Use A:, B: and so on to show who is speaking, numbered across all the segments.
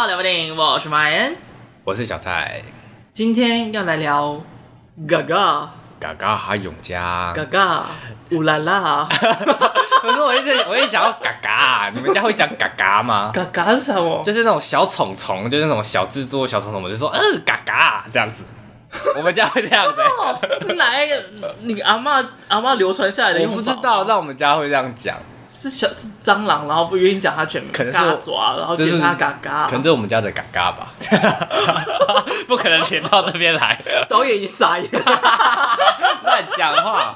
A: 我是马恩，
B: 我是小蔡，
A: 今天要来聊嘎嘎
B: 嘎嘎哈永嘉。
A: 嘎嘎乌啦 啦
B: 可是我一直我一想要嘎嘎，你们家会讲嘎嘎吗？
A: 嘎嘎是什么？
B: 就是那种小虫虫，就是那种小制作小虫虫，我就说嗯、呃、嘎嘎这样子。我们家会这样子、
A: 哦是哪一个？你阿嬷阿嬷流传下来的
B: 我
A: 用法
B: 不知道，但我们家会这样讲，
A: 是小是蟑螂，然后不愿意讲它全名，
B: 可能是
A: 嘎爪，然后
B: 就是
A: 点它嘎嘎
B: 可。能这是我们家的嘎嘎吧， 不可能连到这边来，
A: 导演一傻眼。
B: 乱讲话。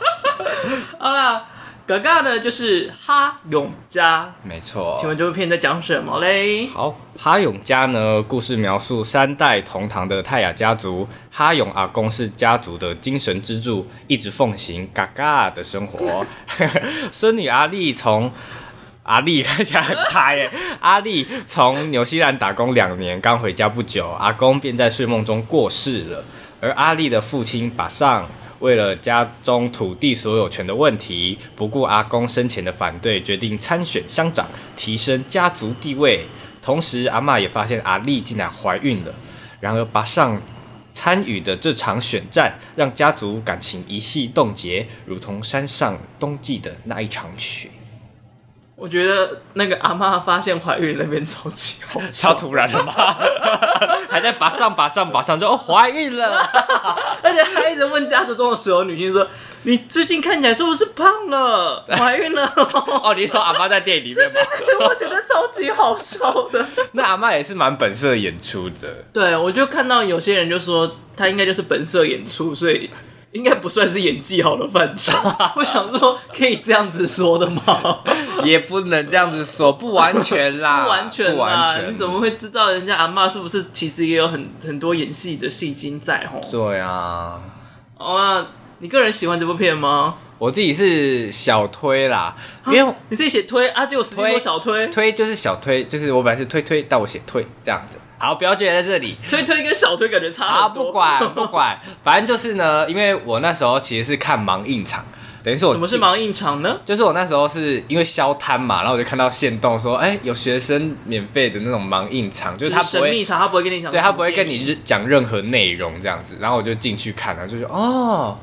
A: 好啦，嘎嘎呢就是哈永嘉，
B: 没错，
A: 请问这部片在讲什么嘞？
B: 好，哈永家呢？故事描述三代同堂的泰雅家族，哈永阿公是家族的精神支柱，一直奉行嘎嘎的生活。 孙女阿丽从阿丽看起来很嗨耶， 阿丽从纽西兰打工两年，刚回家不久，阿公便在睡梦中过世了。而阿丽的父亲把上为了家中土地所有权的问题，不顾阿公生前的反对，决定参选乡长，提升家族地位。同时，阿嬷也发现阿丽竟然怀孕了。然而，拔上参与的这场选战，让家族感情一系冻结，如同山上冬季的那一场雪。
A: 我觉得那个阿嬷发现怀孕那边超级好笑，
B: 超突然了吧？ 还在拔上拔上拔上，就哦怀孕 了。
A: 而且还一直问家族中的所有女性说：“你最近看起来是不是胖 了？怀孕了哦
B: 哦，你是说阿妈在店里面吗？？”
A: 我觉得超级好笑的。
B: 那阿妈也是蛮本色演出的。
A: 对，我就看到有些人就说他应该就是本色演出，所以应该不算是演技好的范 畴。我想说，可以这样子说的 吗？
B: 也不能这样子说，不完全啦，
A: 不完全
B: 不
A: 啦
B: 完，全。
A: 你怎么会知道人家阿嬷是不是其实也有很很多演戏的戏精在吼？
B: 对啊？
A: 哦、那你个人喜欢这部片吗？
B: 我自己是小推啦，因为
A: 你自己写推啊，结果实际说
B: 推
A: 小推，
B: 推就是小推，就是我本来是推推，但我写退这样子。好，不要纠结在这 里。
A: 推推跟小推感觉差
B: 啊，
A: 很多。
B: 不 管不管，反正就是呢，因为我那时候其实是看盲印场，等于是我
A: 什么是
B: 进
A: 盲印场呢？
B: 就是我那时候是因为消摊嘛，然后我就看到现动说，哎、有学生免费的那种盲印场，就是他
A: 就是
B: 不
A: 神
B: 会
A: 秘场，他不会跟你讲，
B: 对他不会跟。你讲任何内容这样子，然后我就进去看了，就说哦，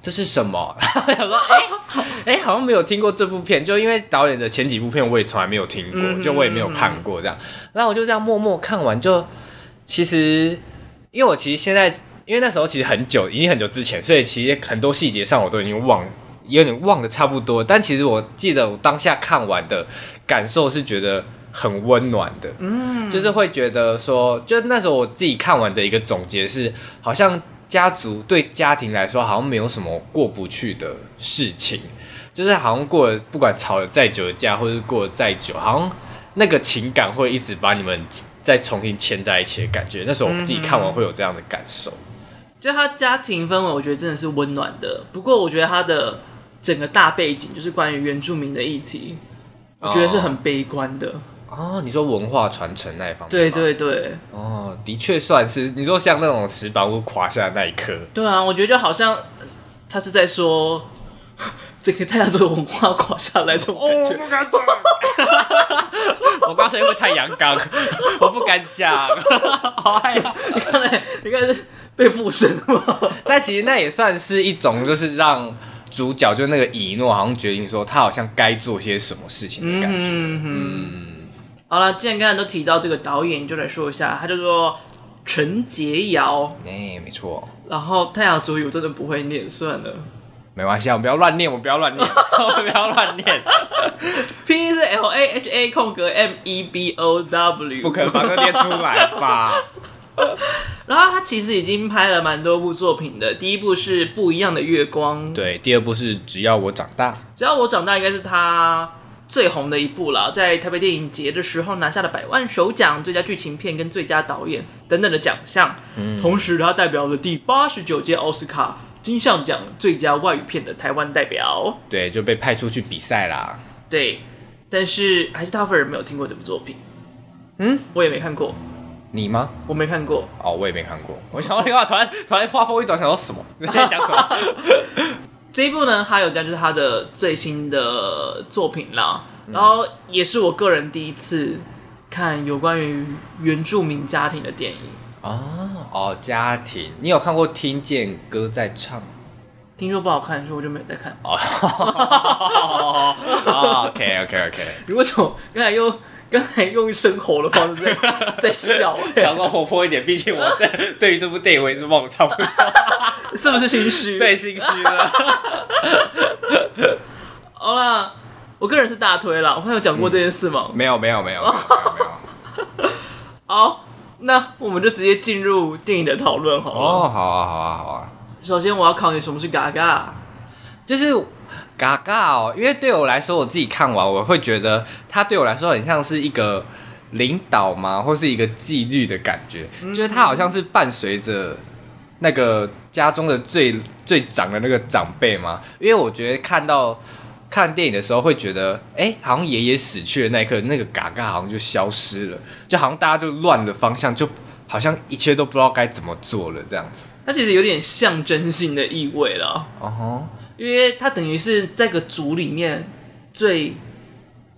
B: 这是什么？然后想说，哎、 哎、好像没有听过这部片，就因为导演的前几部片我也从来没有听过，
A: 嗯
B: 就我也没有看过这样，然后我就这样默默看完就，其实因为我其实现在，因为那时候其实很久，已经很久之前，所以其实很多细节上我都已经忘。有点忘的差不多，但其实我记得我当下看完的感受是觉得很温暖的，就是会觉得说，就那时候我自己看完的一个总结是，好像家族对家庭来说好像没有什么过不去的事情，就是好像过了不管吵了再久的架，或是过了再久，好像那个情感会一直把你们再重新牵在一起的感觉。那时候我自己看完会有这样的感受，
A: 就他家庭氛围，我觉得真的是温暖的。不过我觉得他的整个大背景就是关于原住民的议题，我觉得是很悲观的。
B: 哦，你说文化传承那一方面，
A: 对，对对
B: 哦，的确算是，你说像那种石板屋垮下的那一刻，
A: 对啊！我觉得就好像呃他是在说 整个太阳族文化垮下来这种感觉。
B: 哦 敢讲。我刚才因为太阳刚， 我不敢讲， 好害怕。
A: 你看嘞，你看是被附身了吗？
B: 但其实那也算是一种，就是让主角就那个以诺好像决定说他好像该做些什么事情的感觉。
A: 嗯好了，既然刚才都提到这个导演，就来说一下，他叫做陈杰尧。
B: 哎、没错，
A: 然后太阳族语我真的不会念，算了，
B: 没关系，啊，我们不要乱念，我们不要 乱念，我们不要乱念，
A: 拼音是 L A H A 空格 M E B O W，
B: 不可能把那念出来吧？
A: 然后他其实已经拍了蛮多部作品的，第一部是《不一样的月光》，
B: 对，第二部是只要我长大，
A: 只要我长大应该是他最红的一部了，在台北电影节的时候拿下了百万首奖、最佳剧情片跟最佳导演等等的奖项。同时，他代表了第八十九届奥斯卡金像奖最佳外语片的台湾代表。
B: 对，就被派出去比赛啦。
A: 对，但是还是大部分人没有听过这部作品。
B: 嗯，
A: 我也没看过，
B: 你吗？
A: 我没看过。
B: 哦，我也没看过。我想到另外，突然突然画风一转，想到什 么？你在讲什么？
A: 这一部呢，还有家就是他的最新的作品啦，然后也是我个人第一次看有关于原住民家庭的电影。
B: 哦哦，家庭，你有看过《听见歌在唱》
A: 听说不好看，所以我就没有再看。
B: 哦？OK OK OK，
A: 你为什么刚才又刚才用生活的方式在 在笑、欸？
B: 要够活泼一点，毕竟我对对于这部电影我也是忘差不多，
A: 是不是心虚？
B: 对，心虚了。
A: 好啦，我个人是大推啦。我刚才有讲过这件事吗？
B: 没有没有没有没有没 有。
A: 好，那我们就直接进入电影的讨论好了。
B: 哦，好啊好啊好啊，
A: 首先，我要考你什么是嘎嘎。
B: 就是嘎嘎哦，因为对我来说，我自己看完我会觉得它对我来说很像是一个领导嘛，或是一个纪律的感觉，就是它好像是伴随着那个家中的最最长的那个长辈嘛，因为我觉得看到。看电影的时候会觉得，哎、好像爷爷死去的那一刻，那个嘎嘎好像就消失了，就好像大家就乱了方向，就好像一切都不知道该怎么做了这样子。
A: 它其实有点象征性的意味了，
B: 哦、
A: 因为它等于是这个组里面最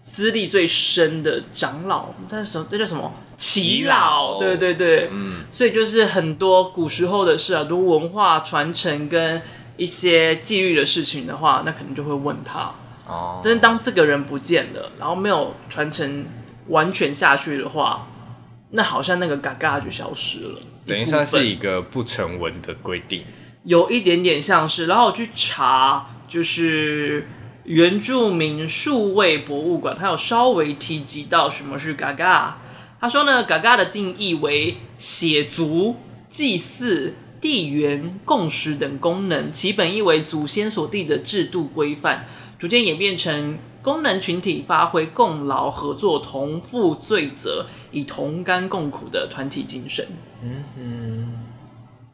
A: 资历最深的长老，但是什么这叫什么
B: 耆
A: 耆
B: 老
A: 老？对对对，
B: 嗯，
A: 所以就是很多古时候的事啊，如文化传承跟一些纪律的事情的话，那可能就会问他。
B: 哦，
A: 但是当这个人不见了，然后没有传承完全下去的话，那好像那个嘎嘎就消失了，
B: 等于
A: 一部
B: 算
A: 分
B: 是一个不成文的规定。
A: 有一点点像是。然后我去查，就是原住民数位博物馆，它有稍微提及到什么是嘎嘎。他说呢，嘎嘎的定义为血族、祭祀、地缘、共识等功能，其本意为祖先所定的制度规范，逐渐演变成功能群体发挥共劳合作、同负罪责，以同甘共苦的团体精神。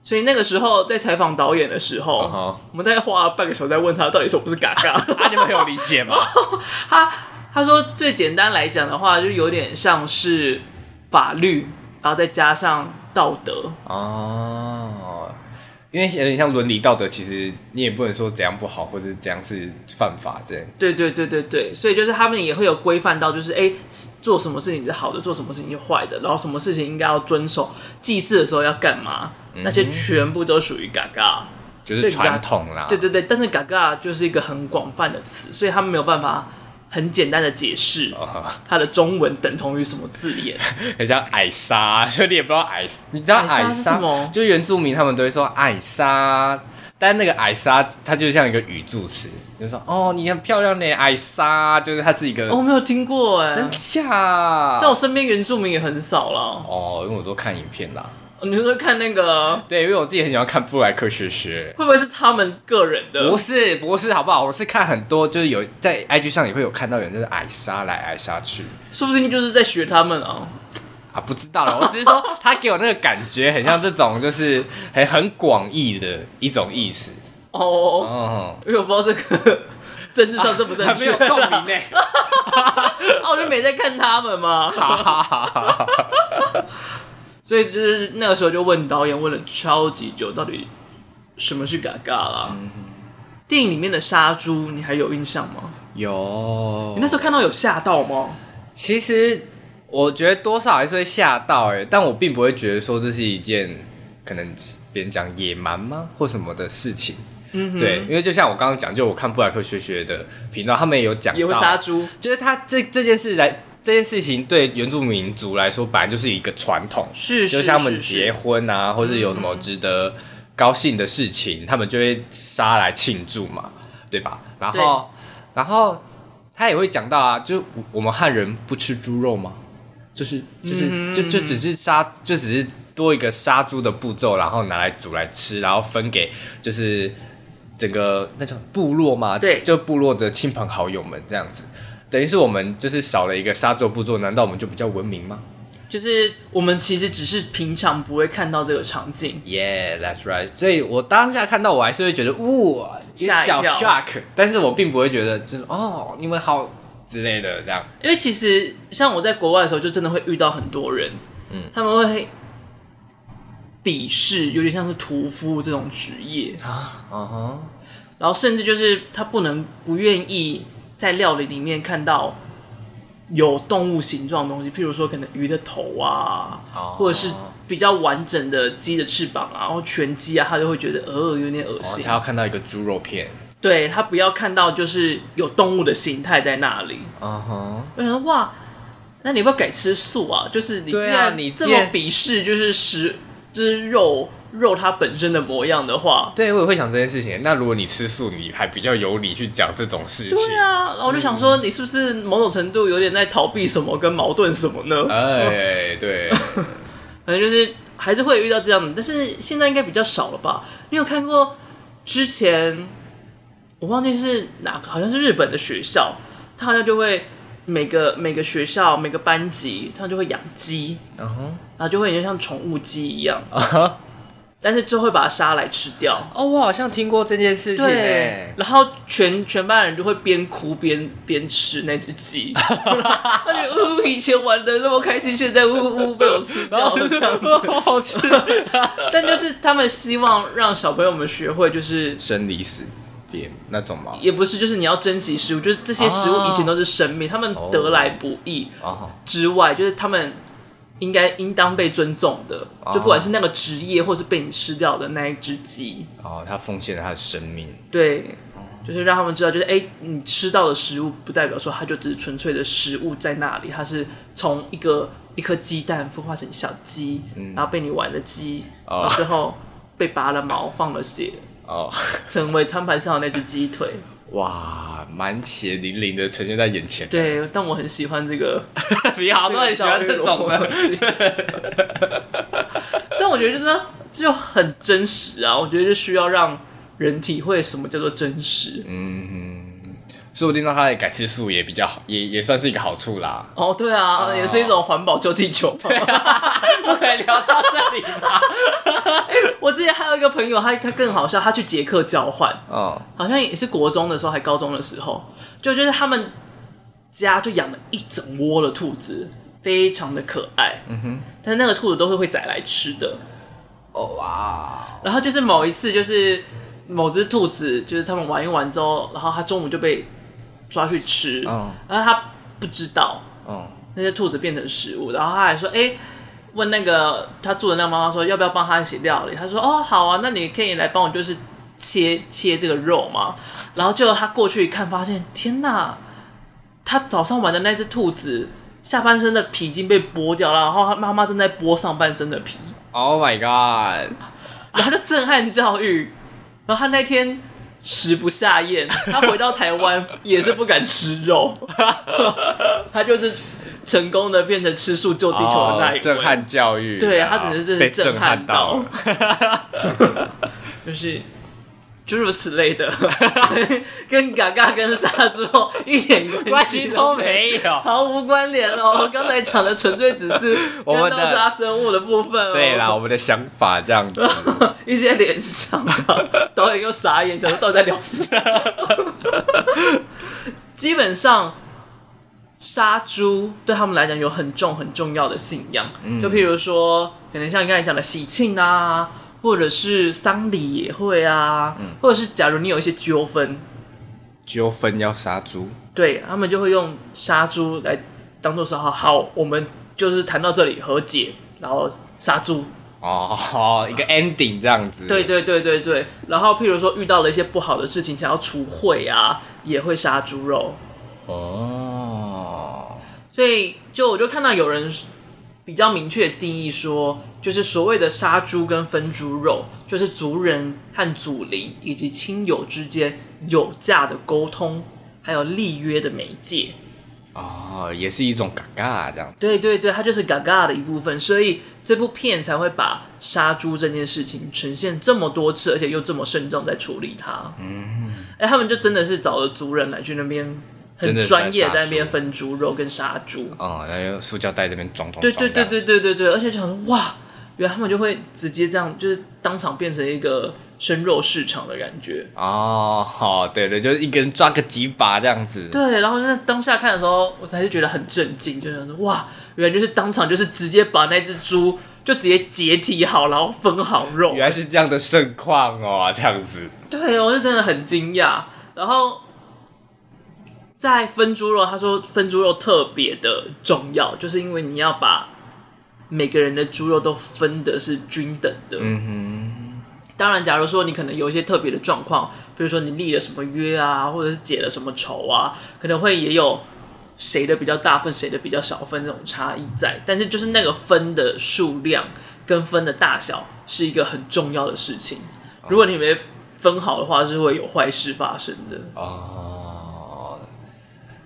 A: 所以那个时候在采访导演的时候
B: 嗯哼
A: 我们大概花了半个小时在问他到底什么是嘎嘎。
B: 啊，你们有理解吗？
A: 他他说最简单来讲的话，就有点像是法律，然后再加上道德。
B: 哦，因为有点像伦理道德，其实你也不能说怎样不好，或者怎样是犯法这样。
A: 对对对对对，所以就是他们也会有规范到，就是哎、诶做什么事情是好的，做什么事情是坏的，然后什么事情应该要遵守，祭祀的时候要干嘛，那些全部都属于嘎嘎。
B: 就是传统啦。
A: 对对对，但是嘎嘎就是一个很广泛的词，所以他们没有办法很简单的解释
B: 哦，
A: 它的中文等同于什么字眼。
B: 很像矮沙， 就你也不知道矮，你知道
A: 矮
B: 矮
A: 沙是什么
B: 就原住民他们都会说矮沙，但那个矮沙它就像一个语助词，就说哦你很漂亮呢，矮沙，就是它是一个、
A: 哦，我没有听过哎、
B: 真假。
A: 但我身边原住民也很少了。
B: 哦，因为我都看影片啦。
A: 哦你说看那个
B: 对，因为我自己很喜欢看布莱克学学。
A: 会不会是他们个人的？
B: 不是不是，好不好？我是看很多，就是有在 IG 上也会有看到有人就是矮沙来矮沙去
A: 说不定就是在学他们啊。
B: 啊，不知道了。我只是说他给我那个感觉很像这种，就是很很广义的一种意思。
A: 哦，
B: 哦，
A: 因为我不知道这 个政治上正不正
B: 还没
A: 确
B: 有
A: 啊，
B: 共鸣 呢。
A: 我就没在看他们嘛。
B: 哈哈哈哈哈！
A: 所以就是那个时候就问导演问了超级久，到底什么是嘎嘎啦？
B: 嗯
A: 电影里面的杀猪，你还有印象吗？
B: 有哦
A: 你那时候看到有吓到吗？
B: 其实我觉得多少还是会吓到哎、但我并不会觉得说这是一件可能别人讲野蛮吗或什么的事情。
A: 嗯哼
B: 对，因为就像我刚刚讲，就我看布莱克学学的频道，他们也有讲到，
A: 也会杀猪，
B: 就是他这这件事来这件事情对原住民族来说，本来就是一个传统，
A: 是
B: 就是像他们
A: 是嗯是
B: 结婚啊，或是有什么值得高兴的事情，他们就会杀来庆祝嘛，对吧？然后，然后他也会讲到啊，就我我们汉人不吃猪肉吗？就是就是、
A: 嗯哼
B: 就就只是杀，就只是多一个杀猪的步骤，然后拿来煮来吃，然后分给就是整个那叫部落嘛，
A: 对
B: 就部落的亲朋好友们这样子。等于是我们就是少了一个杀猪步骤，难道我们就比较文明吗？
A: 就是我们其实只是平常不会看到这个场景。
B: Yeah, that's right。所以我当下看到，我还是会觉得，呜，一个
A: 吓一
B: 小
A: 跳
B: shock，但是我并不会觉得就是哦，你们好之类的这样。
A: 因为其实像我在国外的时候，就真的会遇到很多人，
B: 嗯
A: 他们会鄙视，有点像是屠夫这种职业，
B: 啊，嗯哼，
A: 然后甚至就是他不能不愿意在料理里面看到有动物形状的东西，譬如说可能鱼的头啊，
B: 哦
A: 或者是比较完整的鸡的翅膀啊，然后全鸡啊，他就会觉得呃有点恶
B: 哦，
A: 心。
B: 他要看到一个猪肉片，
A: 对他不要看到就是有动物的形态在那里。
B: 嗯哼，
A: 我想说哇，那你要不要改吃素啊？就是你既
C: 对啊
A: 然
C: 你
A: 这
C: 既
A: 么
C: 然
A: 鄙视就是食就是肉肉它本身的模样的话，
B: 对我也会想这件事情。那如果你吃素，你还比较有理去讲这种事情。
A: 对啊，然后我就想说你是不是某种程度有点在逃避什么跟矛盾什么呢？
B: 哎，对，
A: 可能就是还是会遇到这样的，但是现在应该比较少了吧？你有看过之前我忘记是哪个，好像是日本的学校，他好像就会每个每个学校每个班级，他就会养鸡，
B: 嗯哼，
A: 然后就会有点像宠物鸡一样，
B: 啊哈，
A: 但是就会把它杀来吃掉。
B: 哦，我好像听过这件事情
A: 对
B: 哎，，
A: 然后全全班人就会边哭边边吃那只鸡，他就呜、以前玩的那么开心，现在呜呜被我吃掉了这样子。
B: 好吃，
A: 但就是他们希望让小朋友们学会，就是
B: 生离死别那种吗？
A: 也不是就是你要珍惜食物，就是这些食物以前都是生命，他们得来不易
B: 哦，
A: 之外，就是他们应该应当被尊重的，就不管是那个职业，或是被你吃掉的那一只鸡，
B: 哦，他奉献了他的生命，
A: 对。就是让他们知道，就是哎、诶你吃到的食物不代表说它就只是纯粹的食物在那里，它是从一个一颗鸡蛋孵化成小鸡，然后被你玩的鸡，
B: 哦
A: 然后之后被拔了毛，放了血，
B: 哦，
A: 成为餐盘上的那只鸡 腿。
B: 哇，蛮血淋淋的呈现在眼前。
A: 对， 但我很喜欢这 个，
C: 你好
A: 多很喜欢这种的
C: 的，
A: 但我觉得就是就很真实啊，我觉得就需要让人体会什么叫做真实。
B: 说不定让他的改吃素也比较好，也也算是一个好处啦。
A: 哦，对啊，也是一种环保救地球。
C: 啊 不可以聊到这里吧？
A: 我之前还有一个朋友，他他更好笑，他去捷克交换，
B: 哦，
A: 好像也是国中的时候，还高中的时候，就就是他们家就养了一整窝的兔子，非常的可爱。嗯哼，但那个兔子都是会宰来吃的。
B: 哦哇，
A: 然后就是某一次，就是某只兔子，就是他们玩一玩之后，然后它中午就被抓去吃，
C: 哦
B: 嗯
A: 然后它不知道
B: 哦，
A: 那些兔子变成食物，然后他还说，哎、问那个他住的那个妈妈说要不要帮他一起料理，他说哦好啊，那你可以来帮我就是切切这个肉嘛，然后结果他过去一看，发现天哪，他早上玩的那只兔子下半身的皮已经被剥掉了，然后他妈妈正在剥上半身的皮。
B: Oh my god！
A: 然后就震撼教育。然后他那天食不下咽，他回到台湾也是不敢吃肉， 他就是成功的变成吃素救地球的那一位。
B: 哦震撼教育啊，
A: 对他只是真的
B: 被
A: 震
B: 震
A: 撼
B: 到
A: 到
B: 了，
A: 就是诸如此类的， 跟嘎嘎跟沙之后一点
C: 关
A: 关
C: 系
A: 系
C: 都
A: 没。
C: 没有。
A: 毫无关联哦，我刚才讲的纯粹只是
B: 我们
A: 跟
B: 的
A: 到杀生物的部分哦。
B: 对啦，我们的想法这样 子，
A: 一些联想啊，导演又傻眼，想说到底在聊什么？ 基本上，杀猪对他们来讲有很重很重要的信仰，就譬如说，可能像你刚才讲的喜庆啊，或者是丧礼也会啊，或者是假如你有一些纠纷，
B: 纠纷要杀猪，
A: 对他们就会用杀猪来当做说好，好，我们就是谈到这里和解，然后杀猪，
B: 哦，一个 ending 这样子，
A: 对，对对对对，然后譬如说遇到了一些不好的事情，想要除秽啊，也会杀猪肉。
B: 哦，
A: 所以就我就看到有人比较明确地定义说，就是所谓的杀猪跟分猪肉，就是族人和祖灵以及亲友之间有价的沟通，还有立约的媒介。
B: 哦，也是一种嘎嘎这样子，
A: 对对对，它就是嘎嘎的一部分，所以这部片才会把杀猪这件事情呈现这么多次，而且又这么慎重在处理它。嗯，哎，他们就真的是找了族人来去那边很
B: 真的是在
A: 专业，
B: 杀
A: 在那边
B: 猪
A: 分猪肉跟杀猪。
B: 哦，然后用塑胶袋这边装装，
A: 对
B: 装
A: 对对，对对对对，而且想说哇，原来他们就会直接这样，就是当场变成一个生肉市场的感觉。
B: 这样哦，好，对对，就是一个人抓个几把这样子，
A: 对，然后那当下看的时候，我才是觉得很震惊，就想说哇，原来就是当场就是直接把那只猪就直接解体好，然后分好肉
B: 原。来是这样的盛况哦，这样子，
A: 对，我就真的很惊讶。然后在分猪肉，他说分猪肉特别的重要，就是因为你要把每个人的猪肉都分的是均等的。
C: 嗯
A: 当然，假如说你可能有一些特别的状况，比如说你立了什么约啊，或者是解了什么仇啊，可能会也有谁的比较大份，谁的比较少份这种差异在。但是就是那个分的数量跟分的大小是一个很重要的事情。如果你没分好的话，是会有坏事发生的。
B: 哦，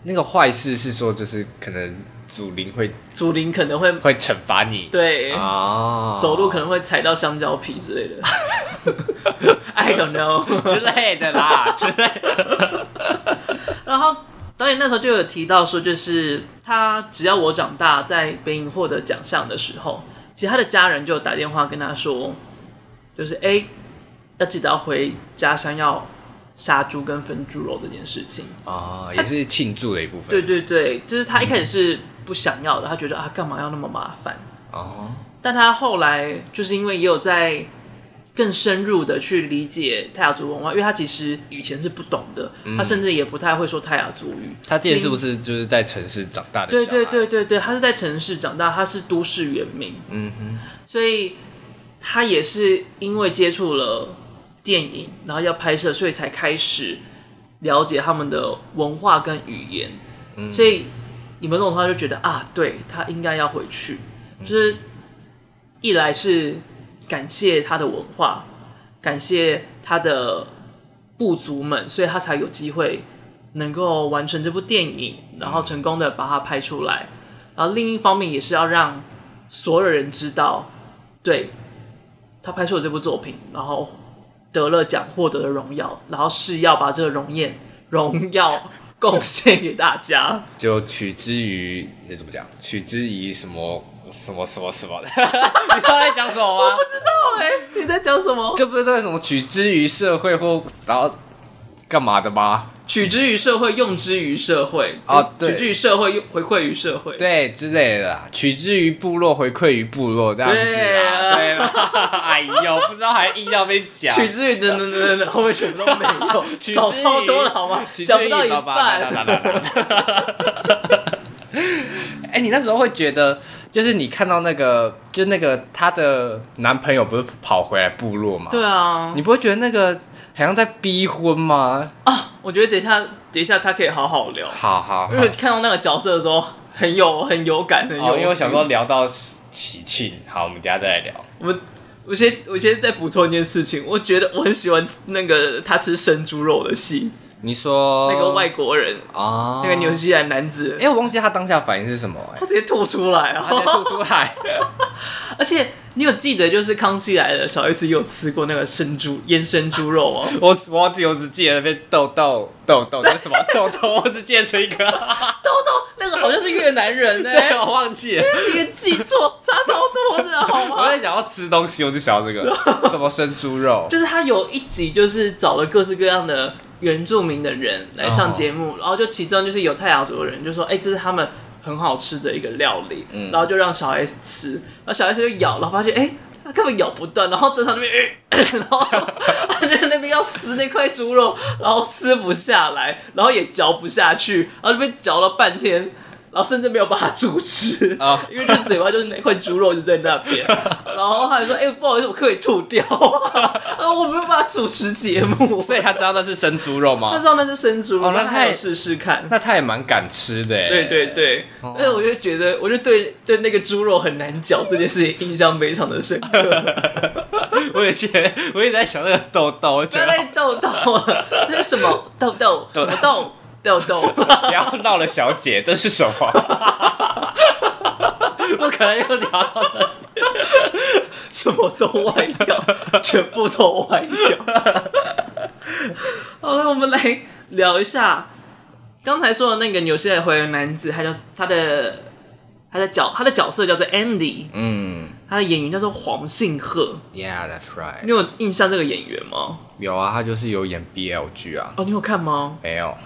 B: 那个坏事是说就是可能祖灵会
A: 竹林可能会
B: 会惩罚你，
A: 对、
B: 啊，
A: 走路可能会踩到香蕉皮之类的 ，I don't know 之类的啦。之类的然后导演那时候就有提到说，就是他只要我长大，在北影获得奖项的时候，其实他的家人就有打电话跟他说，就是哎、诶要记得要回家乡要杀猪跟分猪肉这件事情。
B: 啊，也是庆祝的一部分，
A: 对对对，就是他一开始是不想要的，他觉得啊干嘛要那么麻烦。
B: 哦，
A: 但他后来就是因为也有在更深入的去理解泰雅族文化，因为他其实以前是不懂的，他甚至也不太会说泰雅族语。
B: 嗯他之前是不
A: 是
B: 是就是在城市长大的？
A: 因？对对对，对对，他是在城市长大，他是都市原民，
B: 嗯哼，
A: 所以他也是因为接触了电影，然后要拍摄，所以才开始了解他们的文化跟语言。
B: 嗯
A: 所以你们这种话就觉得啊，对他应该要回去，
B: 嗯
A: 就是一来是感谢他的文化，感谢他的部族们，所以他才有机会能够完成这部电影，然后成功的把它拍出来。然后另一方面也是要让所有人知道，对他拍出了这部作品，然后得了奖，获得了荣耀，然后是要把这个荣耀荣耀贡献给大家。
B: 就取之于那怎么讲？取之于什么什么什么什 么的？你知道在讲什么吗？
A: 哎、你在讲什 么？
B: 就不是在什么取之于社会或然后干嘛的吗？
A: 取之于社会，用之于社会。
B: 哦对
A: 取之于社会，用回馈于社会。
B: 对啊之类的啦，取之于部落，回馈于部落这样子啊，
A: 对
B: 对啦， 哎呦，不知道还硬要被讲，
A: 取之于等等等等等，后面全部都没 有，
B: 取之于
A: 少超多了好吗？
B: 取
A: 讲
B: 之
A: 不
B: 于
A: 到一
B: 爸爸
A: 半。。
B: 哎、你那时候会觉得，就是你看到那个，就是那个她的男朋友不是跑回来部落吗？
A: 对啊，
B: 你不会觉得那个好像在逼婚吗？
A: 我觉得等一下，等一下他可以好好聊，
B: 好好好
A: 因为看到那个角色的时候很有很有感，很有。
B: 哦，因为我想说，聊到喜庆，好，我们等一下再来聊。
A: 我们我先我先再补充一件事情，我觉得我很喜欢那个他吃生猪肉的戏，
C: 你说
A: 那个外国人，
B: 啊
A: 那个纽西兰男子
B: 哦哎、，我忘记他当下反应是什么、哎
A: 他，直接吐出来啊！
B: 他才吐出来。
A: 而且你有记得，就是《康熙来了》小 S 也有吃过那个生猪腌生猪肉 哦，
B: 我我只我只记得被豆豆豆豆，那什么豆豆，我只记得这一个，
A: 豆豆那个好像是越南人呢、
B: 对，哦我忘记了。
A: 你也记错，差超多的好
B: 我
A: 吗
B: 在？想要吃东西，我就想要 这个什么生猪肉，
A: 就是他有一集就是找了各式各样的原住民的人来上节目，然后就其中就是有泰雅族的人就说，哎、这是他们很好吃的一个料理，然后就让小 S 吃，然后小 S 就咬，然后发现哎。他根本咬不断，然后正常那边，呃然后他就在那边要撕那块猪肉，然后撕不下来，然后也嚼不下去，然后那边嚼了半天，然后甚至没有把它煮吃
B: 啊
A: 因为这嘴巴就是那块猪肉就在那边，然后他还说：“哎、不好意思，我可不可以吐掉 啊，啊我没有办法主持节目。”
B: 所以他知道那是生猪肉
A: 他
B: 吗
A: 知？道那是生猪，
B: 哦那
A: 但他有
B: 太
A: 试试看。
B: 那他也蛮敢吃的、哎
A: 对对，对，但是我就觉得，我就对对那个猪肉很难嚼这件事情印象非常的深 刻。
B: 啊我也觉得，我也在想那个豆豆，我
A: 不
B: 觉
A: 要
B: 得
A: 再豆豆了，那是什么豆豆？什么 豆？豆豆？
B: 不要闹了，小姐，这是什 么？
A: 不可能又聊到那里，什么都歪掉，全部都歪掉。好了，我们来聊一下刚才说的那个纽西兰回来的男子，他叫他的他的角他的角色叫做 Andy，
C: 嗯
A: 他的演员叫做黄信赫。
C: ，Yeah, that's right。
A: 你有印象这个演员吗？
C: 有啊，他就是有演 BL 剧啊。
A: 哦，你有看吗？
C: 没 有，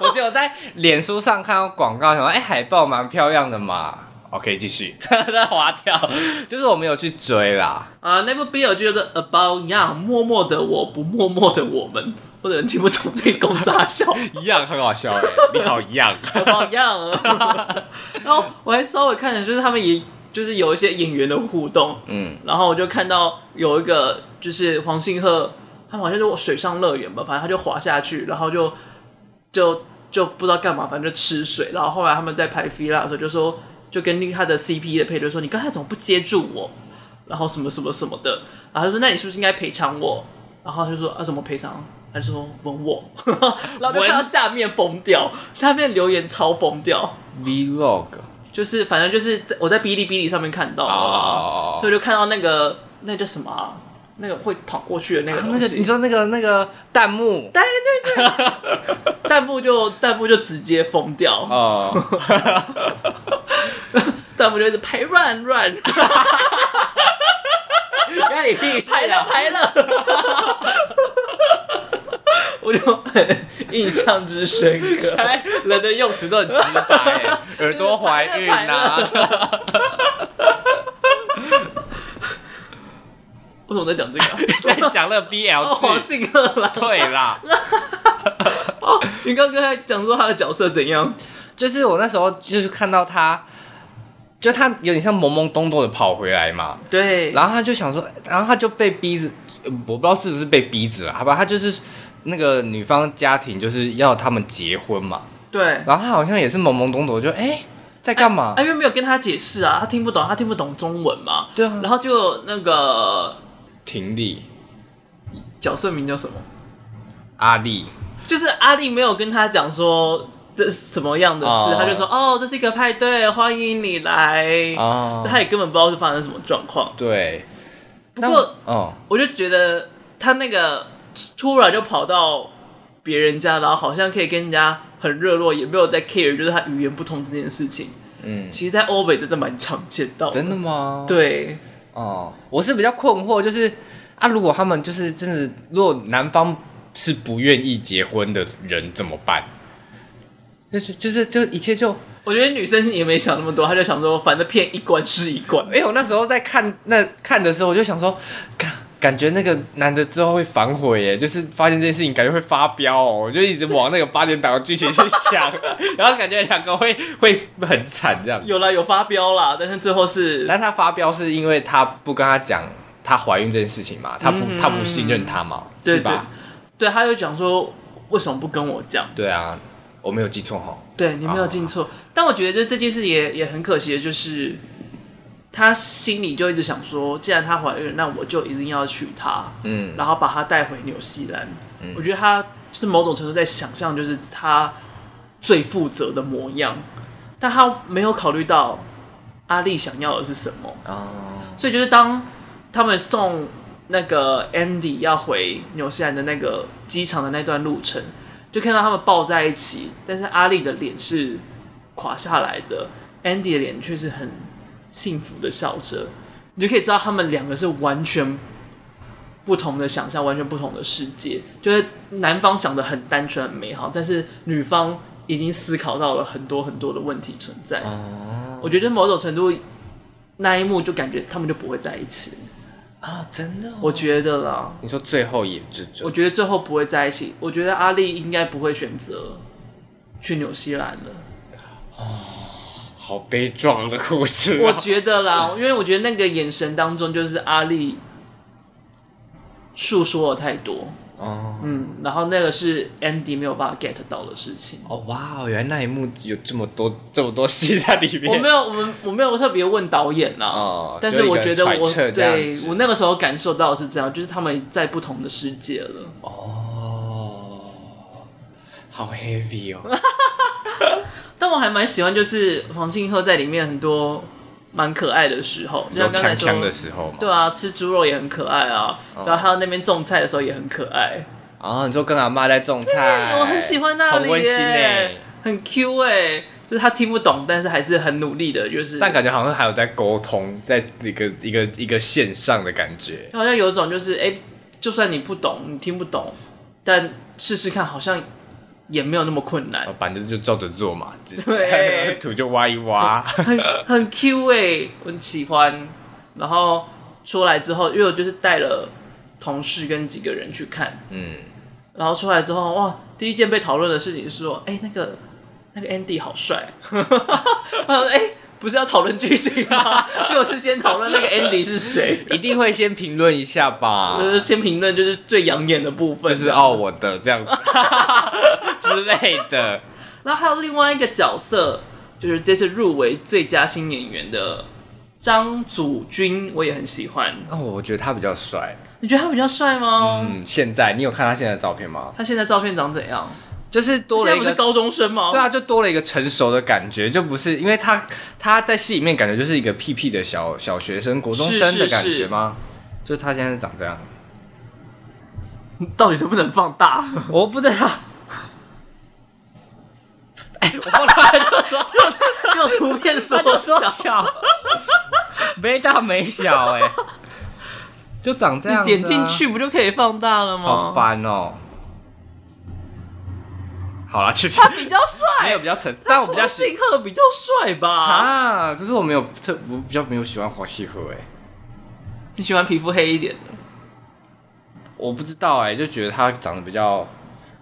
C: 我只有在脸书上看到广告，想说哎、海报蛮漂亮的嘛， ，OK，继 续。
B: 他划掉，就是我没有去追啦。
A: 啊、那部 BL 剧叫做《About Young》，默默的我不默默的我们，我有人听不懂这公司大笑。
C: 一样很 好笑哎、你好一样。
A: 榜样。 然后我还稍微看了，就是他们也就是有一些演员的互动，
B: 嗯，
A: 然后我就看到有一个就是黄信鹤，他好像就水上乐园吧，反正他就滑下去，然后就就就不知道干嘛，反正就吃水。然后后来他们在拍 fila 的时候，就说就跟另他的 CP 的配对说：“你刚才怎么不接住我？”然后什么什么什么的，然后他就说：“那你是不是应该赔偿我？”然后他就说：“啊，怎么赔偿？”他就说：“吻我。” 然后就看到下面疯掉，下面留言超疯掉，
B: Vlog
A: 就是反正就是在我在哔哩哔哩上面看到的啦
B: 哦
A: 所以就看到那个那叫什么啊、那个会跑过去的啊那个东
B: 那个
A: 西。
B: 你说那个那个弹幕
A: 对对对，弹幕就弹幕就直接疯掉，
B: 哦，
A: 弹幕就是排乱乱
B: 那哎你屁
A: 排了排了， 我就很印象之深刻。
B: 人的用词都很直白 欸，耳朵怀孕啊，
A: 为什么在讲这个啊、
B: 在讲那个
A: 哦，黄
B: BL 剧，
A: 信鹤啦。
B: 对啦，
A: 哦，你刚刚还讲说他的角色怎样？
B: 就是我那时候就是看到他，就他有点像懵懵懂懂的跑回来嘛，
A: 对，
B: 然后他就想说，然后他就被逼着，呃我不知道是不是被逼着了，好吧，他就是那个女方家庭就是要他们结婚嘛，
A: 对。
B: 然后他好像也是懵懵懂懂，就哎、在干嘛
A: 啊，？因为没有跟他解释啊，他听不懂，他听不懂中文嘛。
B: 对啊
A: 然后就那个
C: 婷丽、
A: 角色名叫什么？
C: 阿丽，
A: 就是阿丽没有跟他讲说这是什么样的事
B: 哦
A: 他就说哦，这是一个派对，欢迎你来。
B: 哦
A: 他也根本不知道是发生什么状况。
B: 对，
A: 不
B: 那
A: 过
B: 哦，
A: 我就觉得他那个突然就跑到别人家，然后好像可以跟人家很热络，也没有在 care，就是他语言不通这件事情。
B: 嗯，
A: 其实，在欧北真的蛮常见到的。
B: 真的吗？，
A: 对，
B: 哦，我是比较困惑，就是啊，如果他们就是真的，如果男方是不愿意结婚的人怎么办？就是就是就一切就，
A: 我觉得女生也没想那么多，她就想说，反正骗一关是一关。
B: 哎、我那时候在看那看的时候，我就想说，感感觉那个男的之后会反悔耶，就是发现这件事情，感觉会发飙哦，我就一直往那个八点档的剧情去想， 然后感觉两个会会很惨这样。
A: 有啦，有发飙啦，但是最后是
B: 但他发飙是因为他不跟他讲她怀孕这件事情嘛，他不、
A: 嗯
B: 他不信任她嘛，
A: 对
B: 是吧？
A: 对，他就讲说为什么不跟我讲？
B: 对啊，我没有记错哈。
A: 对你没有进错，但我觉得这这件事也也很可惜的，就是她心里就一直想说，既然她怀孕了，那我就一定要娶她，
B: 嗯，
A: 然后把她带回纽西兰。我觉得她就是某种程度在想象，就是她最负责的模样，但她没有考虑到阿丽想要的是什么。
B: 哦，
A: 所以就是当他们送那个 Andy 要回纽西兰的那个机场的那段路程，就看到他们抱在一起，但是阿丽的脸是垮下来的，Andy 的脸却是很幸福的笑着，你就可以知道他们两个是完全。不同的想象，完全不同的世界，就是男方想的很单纯、很美好，但是女方已经思考到了很多很多的问题存在。我觉得某种程度那一幕就感觉他们就不会在一起，
B: 啊，真的、
A: 我觉得啦，
B: 你说最后也这
A: 哦我
B: 种，
A: 觉得最后不会在一起。我觉得阿丽应该不会选择去纽西兰了，
B: 好悲壮的故事、
A: 我
B: 啊。
A: 觉得啦，因为我觉得那个眼神当中就是阿丽诉说了太多，
B: 哦
A: 嗯，然后那个是 Andy 没有办法 get 到的事情。
B: 哦哇，原来那一幕有这么多这么多戏在里面。
A: 我没有，我们我没有特别问导演啦，
B: 哦
A: 但是我觉得
B: 就一个
A: 我
B: 揣测这
A: 对
B: 样子
A: 我那个时候感受到的是这样，就是他们在不同的世界了。
B: 哦，好 heavy 哦。
A: 但我还蛮喜欢，就是黄信鹤在里面很多蛮可爱的时候，就
C: 有
A: 像刚才
C: 锵
A: 说
C: 锵，的时候嘛。
A: 对啊，吃猪肉也很可爱啊，然后他那边种菜的时候也很可爱，哎
B: 哦，你说跟阿妈在种菜，
A: 我很喜欢那
B: 很
A: 里
B: 哎温馨欸
A: 耶
B: 诶。，
A: 很 Q 哎、就是他听不懂，但是还是很努力的，就是
B: 但感觉好像还有在沟通，在一个一个一个线上的感觉。
A: 好像有一种就是哎、就算你不懂，你听不懂，但试试看，好像也没有那么困难
B: 哦，，反正就照着做嘛，只
A: 对
B: 土就挖一挖，
A: 很很 Q 哎、我很喜欢。然后出来之后，因为我就是带了同事跟几个人去看，
B: 嗯，
A: 然后出来之后，哇，第一件被讨论的事情是说，哎、那个那个 Andy 好帅， 他说，哎、不是要讨论剧情吗？ 就是先讨论那个 Andy 是谁，
B: 一定会先评论一下 吧，
A: 就是先评论就是最养眼的部分，
B: 啊就是哦我的这 样子之类的，
A: 然后还有另外一个角色，就是这次入围最佳新演员的张祖君，我也很喜欢。
B: 哦，我觉得他比较帅，
A: 你觉得他比较帅吗？
B: 嗯，现在你有看他现在的照片吗？
A: 他现在照片长怎样？
B: 就是多
A: 现
B: 了
A: 在
B: 一
A: 不是
B: 个。
A: 高中生吗？
B: 对啊，就多了一个成熟的感觉，就不是因为他他在戏里面感觉就是一个屁屁的小小学生、国中生的感觉吗？就他现在长这样，
A: 到底能不能放大？
B: 我不知道。 哎
A: 我放大就说， 就图片 缩小。
C: 小， 没大没小哎、就长这样、
A: 你点进，去不就可以放大了
B: 啊好
A: 吗？
B: 烦哦、好啦，其实
A: 他比较帅，
B: 哎
C: 没有比较沉，
A: 他
C: 但我比较喜
A: 信贺比较帅吧？
B: 啊，可是我没有特，我比较没有喜欢黄西河哎，
A: 你喜欢皮肤黑一点的？
B: 我不知道
C: 欸
B: 哎、就觉得他长得比较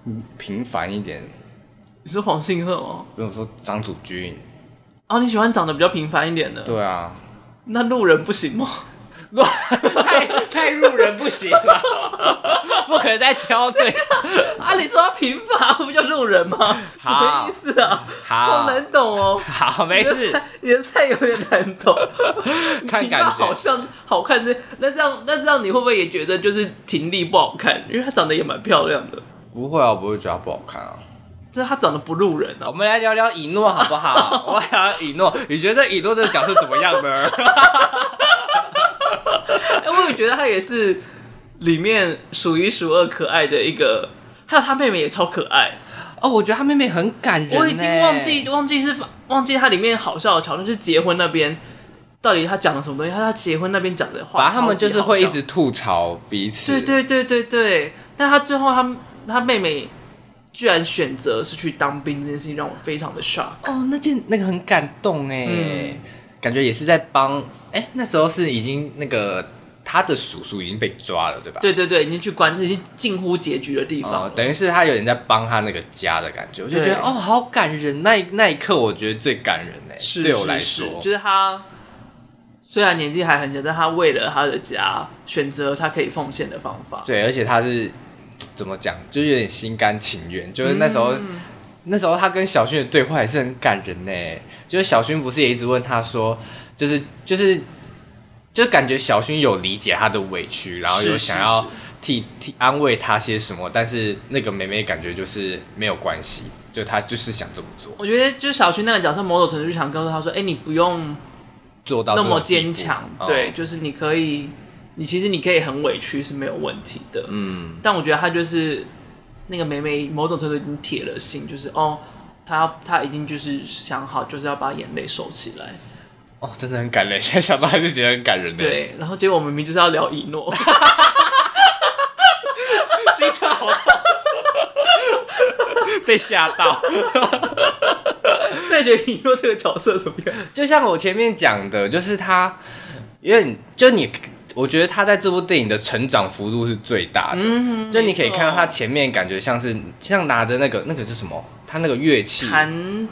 B: 嗯平凡一点。
A: 你是黄信贺吗？
B: 比如说张祖君，
C: 嗯
A: 哦，你喜欢长得比较平凡一点的？
B: 对啊，
A: 那路人不行吗？
C: 太太入人不行了， 不可能再 挑对。
A: 啊，你说他平凡不就路人吗？什么意思啊？
B: 好
A: 好难懂哦。
C: 好，没
A: 你的
C: 事
A: 菜，你的菜有点难懂，
B: 看
A: 平
B: 感
A: 凡
B: 觉
A: 好像好看这那这样那这样你会不会也觉得就是婷丽不好看？因为她长得也蛮漂亮的，
B: 不会啊，我不会觉得他不好看啊。
A: 就是她长得不路人
C: 我
A: 啊。
C: 们来聊聊以诺好 不好？我想要以诺，你觉得以诺这个角色怎么样呢？
A: 哎、我也觉得她也是里面数一数二可爱的一个，还有她妹妹也超可爱。
B: 哦，我觉得他妹妹很感人、欸
A: 我已经忘记。忘记是忘记她里面好笑的桥段，就是结婚那边到底她讲了什么东西？她她结婚那边讲的话，
B: 反正他们就是会一
A: 超级好笑
B: 直吐槽彼此，
A: 对对对对对，但他最后他他妹妹居然选择是去当兵这件事情，让我非常的 shock。
B: 哦，那件那个很感动哎、
A: 嗯
B: 感觉也是在帮哎、那时候是已经那个他的叔叔已经被抓了，对吧？
A: 对对对，已经去关，已经近乎结局的地方
B: 哦，
A: 了。
B: 等于是他有点在帮他那个家的感觉，我就觉
A: 对
B: 得哦，好感人。那一那一刻，我觉得最感人哎、
A: 是
B: 对我来
A: 是
B: 说，
A: 是就是他虽然年纪还很小，但他为了他的家，选择他可以奉献的方法。
B: 对，而且他是怎么讲，就是有点心甘情愿。就是那时候，
A: 嗯
B: 那时候他跟小薰的对话也是很感人呢。就是小薰不是也一直问他说，就是就是，就感觉小薰有理解他的委屈，然后有
A: 是
B: 想
A: 是
B: 要
A: 是
B: 替替安慰他些什么，但是那个妹妹感觉就是没有关系，就她就是想这么做，
A: 我觉得就是小薰那个角色，某种程度上告诉他说：“哎、你不用
B: 做到
A: 那
B: 这种
A: 么
B: 地
A: 坚
B: 步
A: 强，
B: 哦
A: 对，就是你可以，你其实你可以很委屈是没有问题的。”
B: 嗯，
A: 但我觉得他就是那个梅梅，某种程度已经铁了心，就是哦，她她已经就是想好，就是要把眼泪收起来。
B: 哦，真的很感人，现 在想到还是觉得很感人呢。
A: 对，然后结果我们明明就是要聊一诺，
C: 心跳好痛，被吓到。
A: 那你觉得一诺这个角色怎么样？
B: 就像我前面讲的，就是他，因为你就你，我觉得他在这部电影的成长幅度是最大的。
A: 嗯
B: 就你可以看到他前面感觉像是像拿着那个那个是什么，他那个乐器，
A: 弹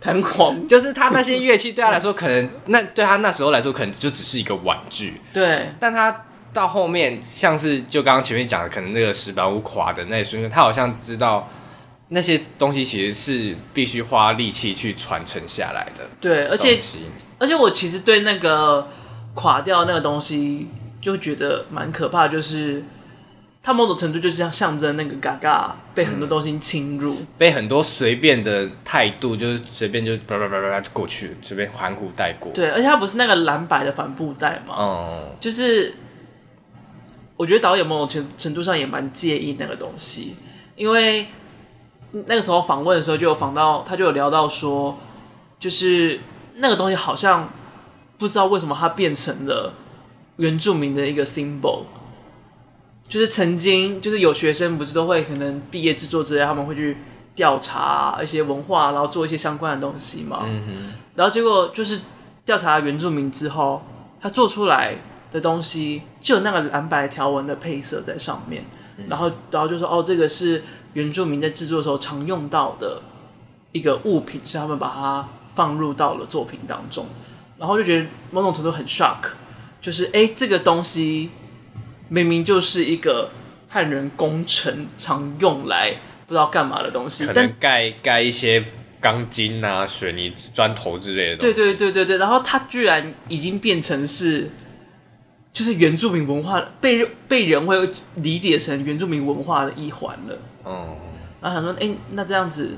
A: 弹簧，
B: 就是他那些乐器对他来说可能那对他那时候来说可能就只是一个玩具，
A: 对，
B: 但他到后面像是就刚刚前面讲的，可能那个石板屋垮的那一瞬间，他好像知道。那些东西其实是必须花力气去传承下来的
A: 对，而
B: 东
A: 且
B: 西，
A: 而且我其实对那个垮掉那个东西就觉得蛮可怕，就是它某种程度就是像象征那个嘎嘎被很多东西侵入。
B: 被很多随便的态度，就是随便就叭叭叭叭叭就过去了，随便含糊带过。，
A: 对，而且它不是那个蓝白的帆布袋嘛，
B: 嗯，
A: 就是我觉得导演某种程程度上也蛮介意那个东西，因为那个时候访问的时候就有访到，他就有聊到说，就是那个东西好像不知道为什么它变成了原住民的一个 symbol。就是曾经就是有学生不是都会可能毕业制作之类，他们会去调查一些文化，然后做一些相关的东西嘛。
B: 嗯哼，
A: 然后结果就是调查原住民之后，他做出来的东西就有那个蓝白条纹的配色在上面，
B: 嗯
A: 然后然后就说哦，这个是原住民在制作的时候常用到的一个物品，是他们把它放入到了作品当中，然后就觉得某种程度很 shock，就是哎，诶这个东西明明就是一个汉人工程常用来不知道干嘛的东西
B: 可，
A: 但
B: 能盖盖一些钢筋啊、水泥、砖头之类的东
A: 对
B: 西。
A: 对对对对，然后它居然已经变成是，就是原住民文化被被人会理解成原住民文化的一环了。
B: 嗯，
A: 然后想说，哎、那这样子，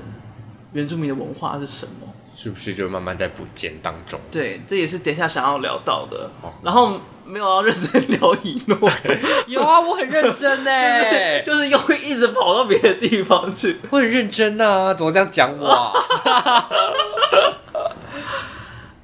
A: 原住民的文化是什么？
B: 是不是就慢慢在补建当中？
A: 对，这也是等一下想要聊到的
B: 哦。
A: 然后没有要认真聊以 诺，有啊，我很认真欸呢、就是又一直跑到别的地方去。
B: 我很认真啊，怎么这样讲我、啊？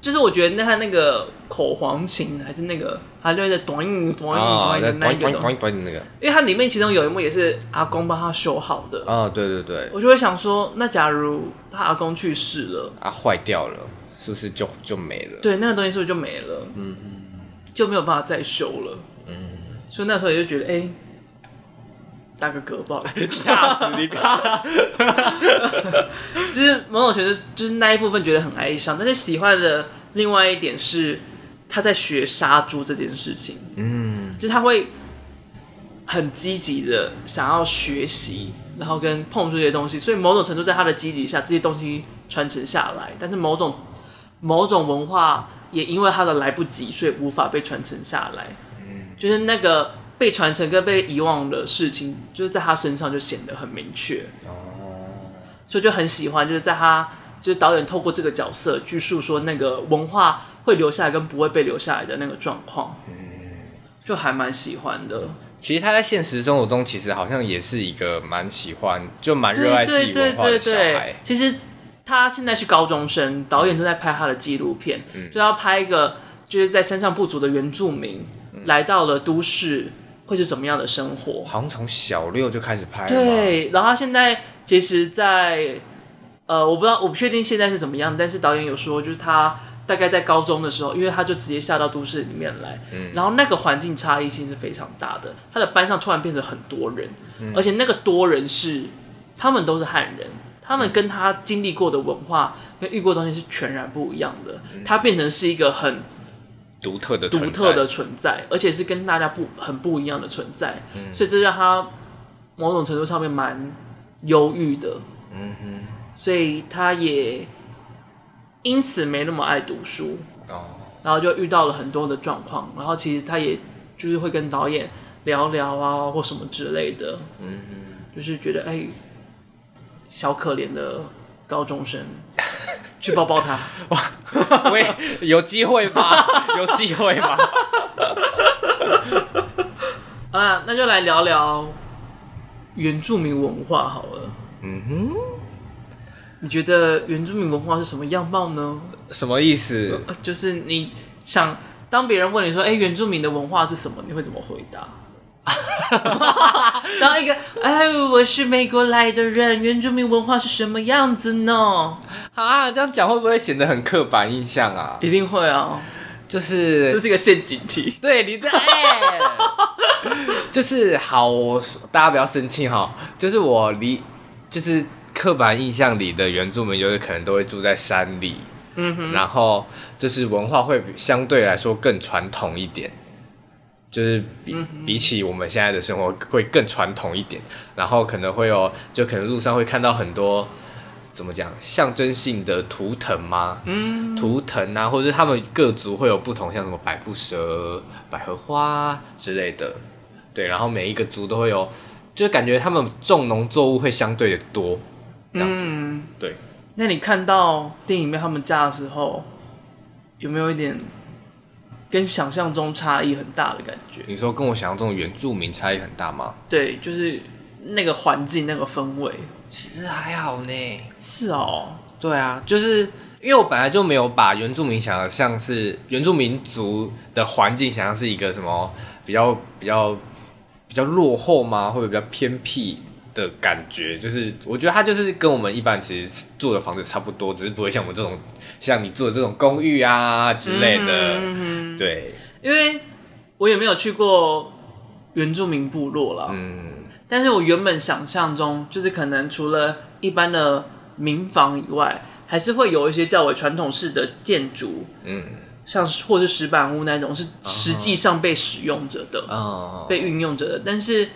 A: 就是我觉得那他那个口簧琴还是那个，他就会在短音短
B: 啊，
A: 音短
B: 那
A: 音那一个
B: 短短
A: 东西
B: 短短那个
A: 因为它里面其中有一幕也是阿公帮他修好的，
B: 啊，对对对，
A: 我就会想说，那假如他阿公去世了，
B: 啊，坏掉了，是不是就就没了？
A: 对那个东西是不是就没了？嗯嗯，就没有办法再修了。嗯，所以那时候也就觉得，哎、打个嗝不好意 思，
B: 吓死你！
A: 就是某种程度就是那一部分觉得很哀伤，但是喜欢的另外一点是他在学杀猪这件事情，
B: 嗯，
A: 就是他会很积极的想要学习，然后跟碰触这些东西，所以某种程度在他的基底下，这些东西传承下来，但是某种某种文化也因为他的来不及，所以无法被传承下来。嗯，就是那个被传承跟被遗忘的事情，就是在他身上就显得很明确。所以就很喜欢，就是在他就是导演透过这个角色去诉说那个文化会留下来跟不会被留下来的那个状况，
B: 嗯
A: 就还蛮喜欢的。
B: 其实他在现实生活中，其实好像也是一个蛮喜欢，就蛮热爱自己文化的小孩。
A: 其实他现在是高中生，导演正在拍他的纪录片，
B: 嗯
A: 就要拍一个就是在山上不足的原住民、
B: 嗯
A: 来到了都市会是怎么样的生活。
B: 好像从小六就开始拍了嘛，
A: 对，然后他现在其实在，呃，我不知道，我不确定现在是怎么样，但是导演有说，就是他大概在高中的时候，因为他就直接下到都市里面来，然后那个环境差异性是非常大的，他的班上突然变成很多人，而且那个多人是他们都是汉人。他们跟他经历过的文化跟遇过的东西是全然不一样的，他变成是一个很
B: 独特的
A: 独
B: 存在
A: 特的存在，而且是跟大家不很不一样的存在，所以这让他某种程度上面蛮忧郁的，嗯哼，所以他也因此没那么爱读书，
B: 哦，
A: 然后就遇到了很多的状况，然后其实他也就是会跟导演聊聊啊或什么之类的，嗯就是觉得哎、小可怜的高中 生，去抱抱他。
B: 我也 有机会吧， 有机会吧。
A: 好啦，那就来聊聊原住民文化好了。
B: 嗯哼，
A: 你觉得原住民文化是什么样貌呢？
B: 什么意思？
A: 呃就是你想当别人问你说：“哎、原住民的文化是什么？”你会怎么回答？ 当一个哎，我是美国来的人，原住民文化是什么样子呢？
B: 啊，这样讲会不会显得很刻板印象啊？
A: 一定会啊，
B: 就是
A: 这是一个陷阱题。
B: 对你在，哎 就是好，我大家不要生气哈。就是我离，就是刻板印象里的原住民，有可能都会住在山里，
A: 嗯哼，
B: 然后就是文化会比相对来说更传统一点，就是比、
A: 嗯
B: 比起我们现在的生活会更传统一点。然后可能会有，就可能路上会看到很多。怎么讲？象征性的图腾吗？
A: 嗯，
B: 图腾啊，或者是他们各族会有不同，像什么百步蛇、百合花之类的。对，然后每一个族都会有，就是感觉他们种农作物会相对的多，这样子。
A: 嗯，
B: 对，
A: 那你看到电影里面他们家的时候，有没有一点跟想象中差异很大的感觉？
B: 你说跟我想象中的原住民差异很大吗？
A: 对，就是那个环境、那个氛围。
B: 其实还好呢。
A: 是哦，
B: 对啊，就是因为我本来就没有把原住民想的像是原住民族的环境想象是一个什么比较比较比较落后吗？或者比较偏僻的感觉？就是我觉得它就是跟我们一般其实住的房子差不多，只是不会像我们这种像你住的这种公寓啊之类的。
A: 嗯
B: 对，
A: 因为我也没有去过原住民部落啦，
B: 嗯，
A: 但是我原本想象中就是可能除了一般的民房以外，还是会有一些较为传统式的建筑，
B: 嗯，
A: 像是或是石板屋那种是实际上被使用着的、
B: 哦，
A: 被运用着的，但是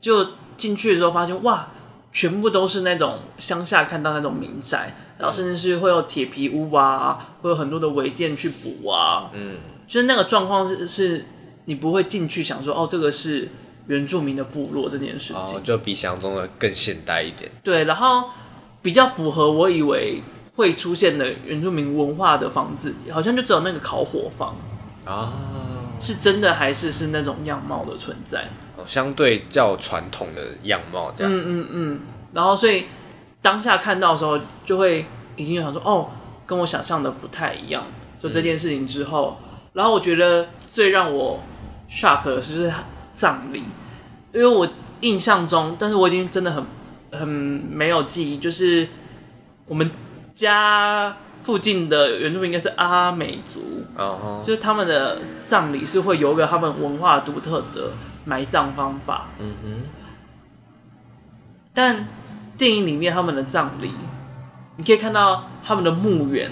A: 就进去的时候发现哇，全部都是那种乡下看到那种民宅。然后甚至是会有铁皮屋啊，会有很多的违建去补啊，
B: 嗯
A: 就是那个状况是是，你不会进去想说哦，这个是原住民的部落这件事情。
B: 哦，就比想象中的更现代一点。
A: 对，然后比较符合我以为会出现的原住民文化的房子，好像就只有那个烤火房哦
B: 啊、
A: 是真的，还是是那种样貌的存在？
B: 哦，相对较传统的样貌这样。
A: 嗯嗯嗯。然后所以当下看到的时候，就会已经想说哦，跟我想象的不太一样。就这件事情之后，然后我觉得最让我 shock 的是就是葬礼，因为我印象中，但是我已经真的很很没有记忆，就是我们家附近的原住民应该是阿美族，
B: 哦，
A: 就是他们的葬礼是会有一个他们文化独特的埋葬方法，
B: 嗯哼，
A: 但电影里面他们的葬礼，你可以看到他们的墓园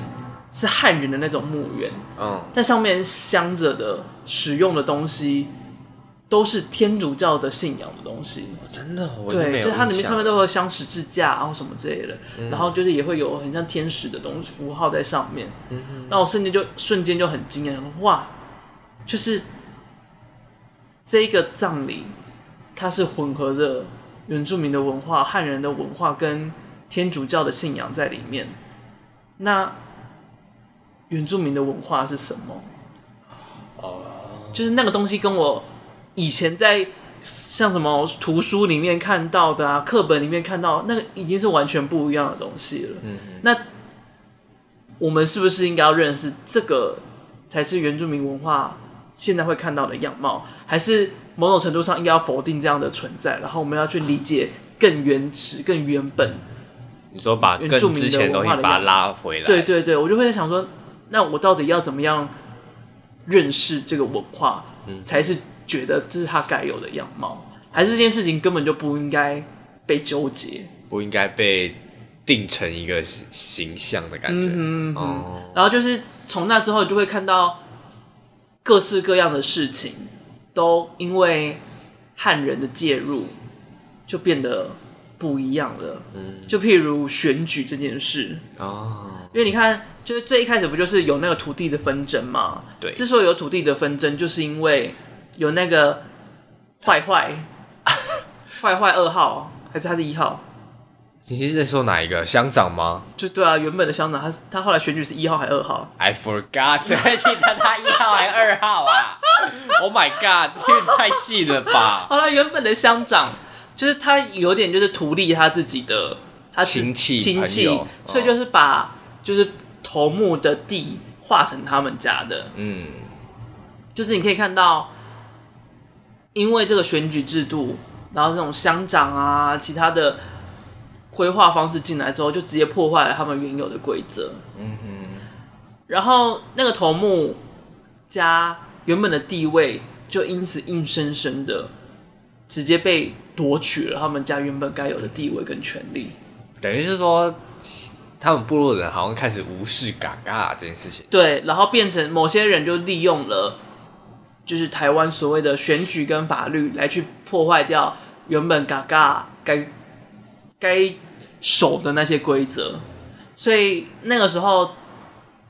A: 是汉人的那种墓园，
B: 嗯，
A: 但上面镶着的使用的东西都是天主教的信仰的东西。
B: 真的，我都没
A: 对，
B: 有
A: 就是它里
B: 印
A: 面
B: 象嗯
A: 上面都会有镶十字架啊或什么之类的，然后就是也会有很像天使的东西符号在上面。
B: 嗯哼，
A: 那我瞬间就瞬间就很惊讶，想说哇，就是这一个葬礼，它是混合着原住民的文化、汉人的文化跟天主教的信仰在里面。那原住民的文化是什么？
B: 哦，
A: 就是那个东西跟我以前在像什么图书里面看到的啊、课本里面看到，那个已经是完全不一样的东西了。
B: 嗯
A: 那我们是不是应该要认识这个才是原住民文化现在会看到的样貌，还是某种程度上应该要否定这样的存在，然后我们要去理解更原始、更原本？
B: 你说把
A: 原住
B: 更
A: 民
B: 之前
A: 的
B: 东
A: 文
B: 西
A: 化的
B: 把它
A: 样
B: 拉回来，
A: 对，对对，我就会在想说，那我到底要怎么样认识这个文化，
B: 嗯
A: 才是觉得这是它该有的样貌，还是这件事情根本就不应该被纠结？
B: 不应该被定成一个形形象的感觉。
A: 嗯哼嗯哼
B: 哦，
A: 然后就是从那之后，就会看到各式各样的事情都因为汉人的介入，就变得不一样了。
B: 嗯，
A: 就譬如选举这件事，
B: 哦，
A: 因为你看，就是最一开始不就是有那个土地的纷争嘛？
B: 对
A: 之所以有土地的纷争，就是因为有那个坏坏 坏坏二号，还是他是一号？
B: 你是在说哪一个乡长吗
A: 就对啊，原本的乡长他是他后来选举是一号还是二号？
B: ？I forgot，还记得他一号还二号 啊？Oh my god，这个太细了吧？
A: 好了，原本的乡长就是他有点就是图利他自己的他自
B: 亲戚
A: 亲戚
B: 朋友，哦
A: 所以就是把就是头目的地划成他们家的，
B: 嗯，
A: 就是你可以看到，因为这个选举制度，然后这种乡长啊，其他的规划方式进来之后，就直接破坏了他们原有的规则。嗯哼。然后那个头目家原本的地位，就因此硬生生的直接被夺取了他们家原本该有的地位跟权利。
B: 等于是说他们部落人好像开始无视嘎嘎这件事情。
A: 对，然后变成某些人就利用了，就是台湾所谓的选举跟法律来去破坏掉原本嘎嘎该该守的那些规则，所以那个时候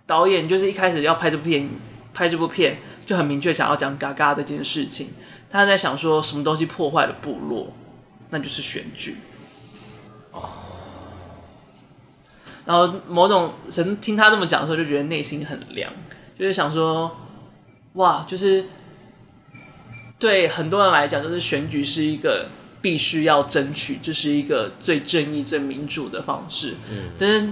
A: 导演就是一开始要拍这部片，拍这部片就很明确想要讲嘎嘎这件事情，他在想说什么东西破坏了部落，那就是选举。然后某种神听他这么讲的时候，就觉得内心很凉，就是想说，哇，就是对很多人来讲，就是选举是一个必须要争取，这、是一个最正义、最民主的方式。嗯，但是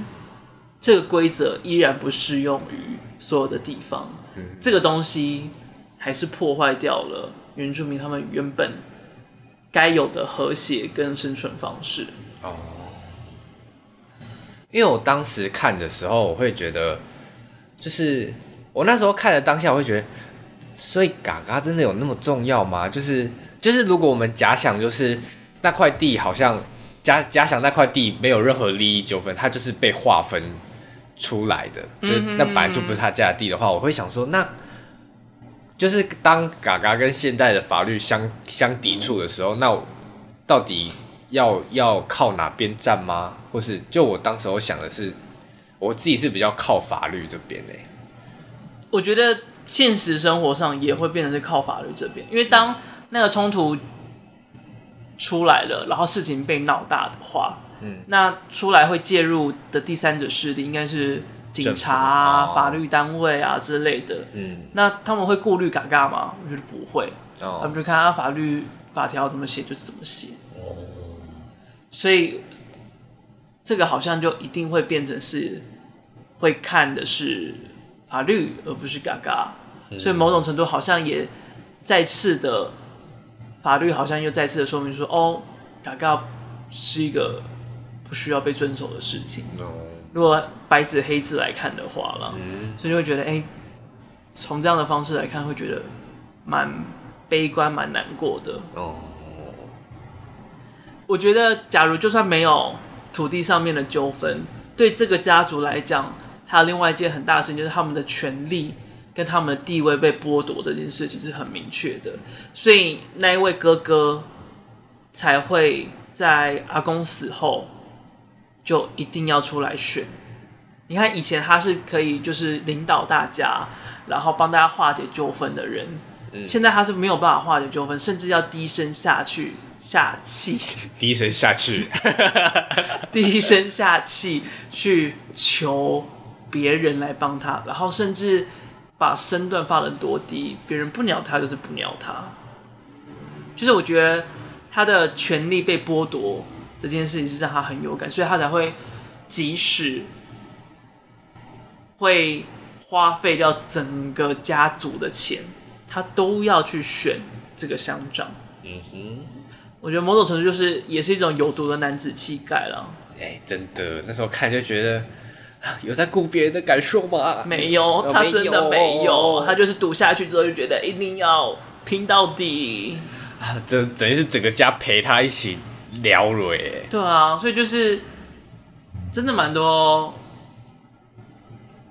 A: 这个规则依然不适用于所有的地方。嗯，这个东西还是破坏掉了原住民他们原本该有的和谐跟生存方式。
B: 因为我当时看的时候，我会觉得，就是我那时候看的当下，我会觉得，所以嘎嘎真的有那么重要吗？就是就是，如果我们假想就是那块地好像假假想那块地没有任何利益纠纷，它就是被划分出来的，就是那本来就不是他家的地的话，我会想说，那就是当嘎嘎跟现代的法律相相抵触的时候，那我到底要要靠哪边站吗？或是就我当时候想的是，我自己是比较靠法律这边欸嘞、
A: 我觉得现实生活上也会变成是靠法律这边，因为当那个冲突出来了，然后事情被闹大的话，
B: 嗯，
A: 那出来会介入的第三者势力应该是警察
B: 政府
A: 啊、
B: 哦
A: 法律单位啊之类的。
B: 嗯，
A: 那他们会顾虑嘎嘎吗？我觉得不会，他
B: 哦
A: 们，就看他法律法条怎么写就是怎么写。所以这个好像就一定会变成是会看的是法律，而不是嘎嘎。所以某种程度好像也再次的法律好像又再次的说明说，哦，嘎嘎是一个不需要被遵守的事情。如果白纸黑字来看的话啦，所以就会觉得，哎、从这样的方式来看，会觉得蛮悲观、蛮难过的。
B: 哦，
A: 我觉得，假如就算没有土地上面的纠纷，对这个家族来讲，还有另外一件很大的事情，就是他们的权利跟他们的地位被剥夺这件事情是很明确的，所以那一位哥哥才会在阿公死后就一定要出来选。你看，以前他是可以就是领导大家，然后帮大家化解纠纷的人，现在他是没有办法化解纠纷，甚至要低声下去下气。
C: 低声下去，
A: 低声下气去求别人来帮他，然后甚至把身段放得多低，别人不鸟他就是不鸟他。就是我觉得他的权利被剥夺这件事情是让他很有感，所以他才会即使会花费掉整个家族的钱，他都要去选这个乡长。
B: 嗯哼，
A: 我觉得某种程度就是也是一种有毒的男子气概了。
B: 哎、真的，那时候看就觉得 啊有在顾别人的感受吗？
A: 哦没有，哦
B: 呃
A: 他真的没有
B: 没有，
A: 他就是读下去之后就觉得一定要拼到底。
C: 啊这等于是整个家陪他一起聊了耶。
A: 对啊，所以就是真的蛮多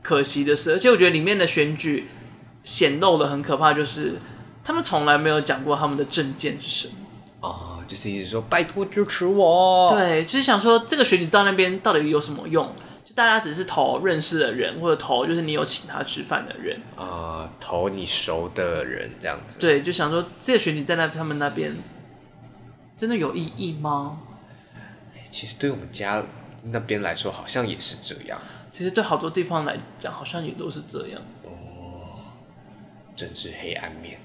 A: 可惜的事，而且我觉得里面的选举显露的很可怕，就是他们从来没有讲过他们的证件是什么。
B: 哦，就是一直说拜托支持我，，
A: 对，就是想说这个选举到那边到底有什么用？就大家只是投认识的人，或者投就是你有请他吃饭的人。
B: 啊、投你熟的人这样子，
A: 对，就想说这个选举在那他们那边真的有意义吗？
B: 其实对我们家那边来说，好像也是这样，
A: 其实对好多地方来讲，好像也都是这样。
B: 真是黑暗面。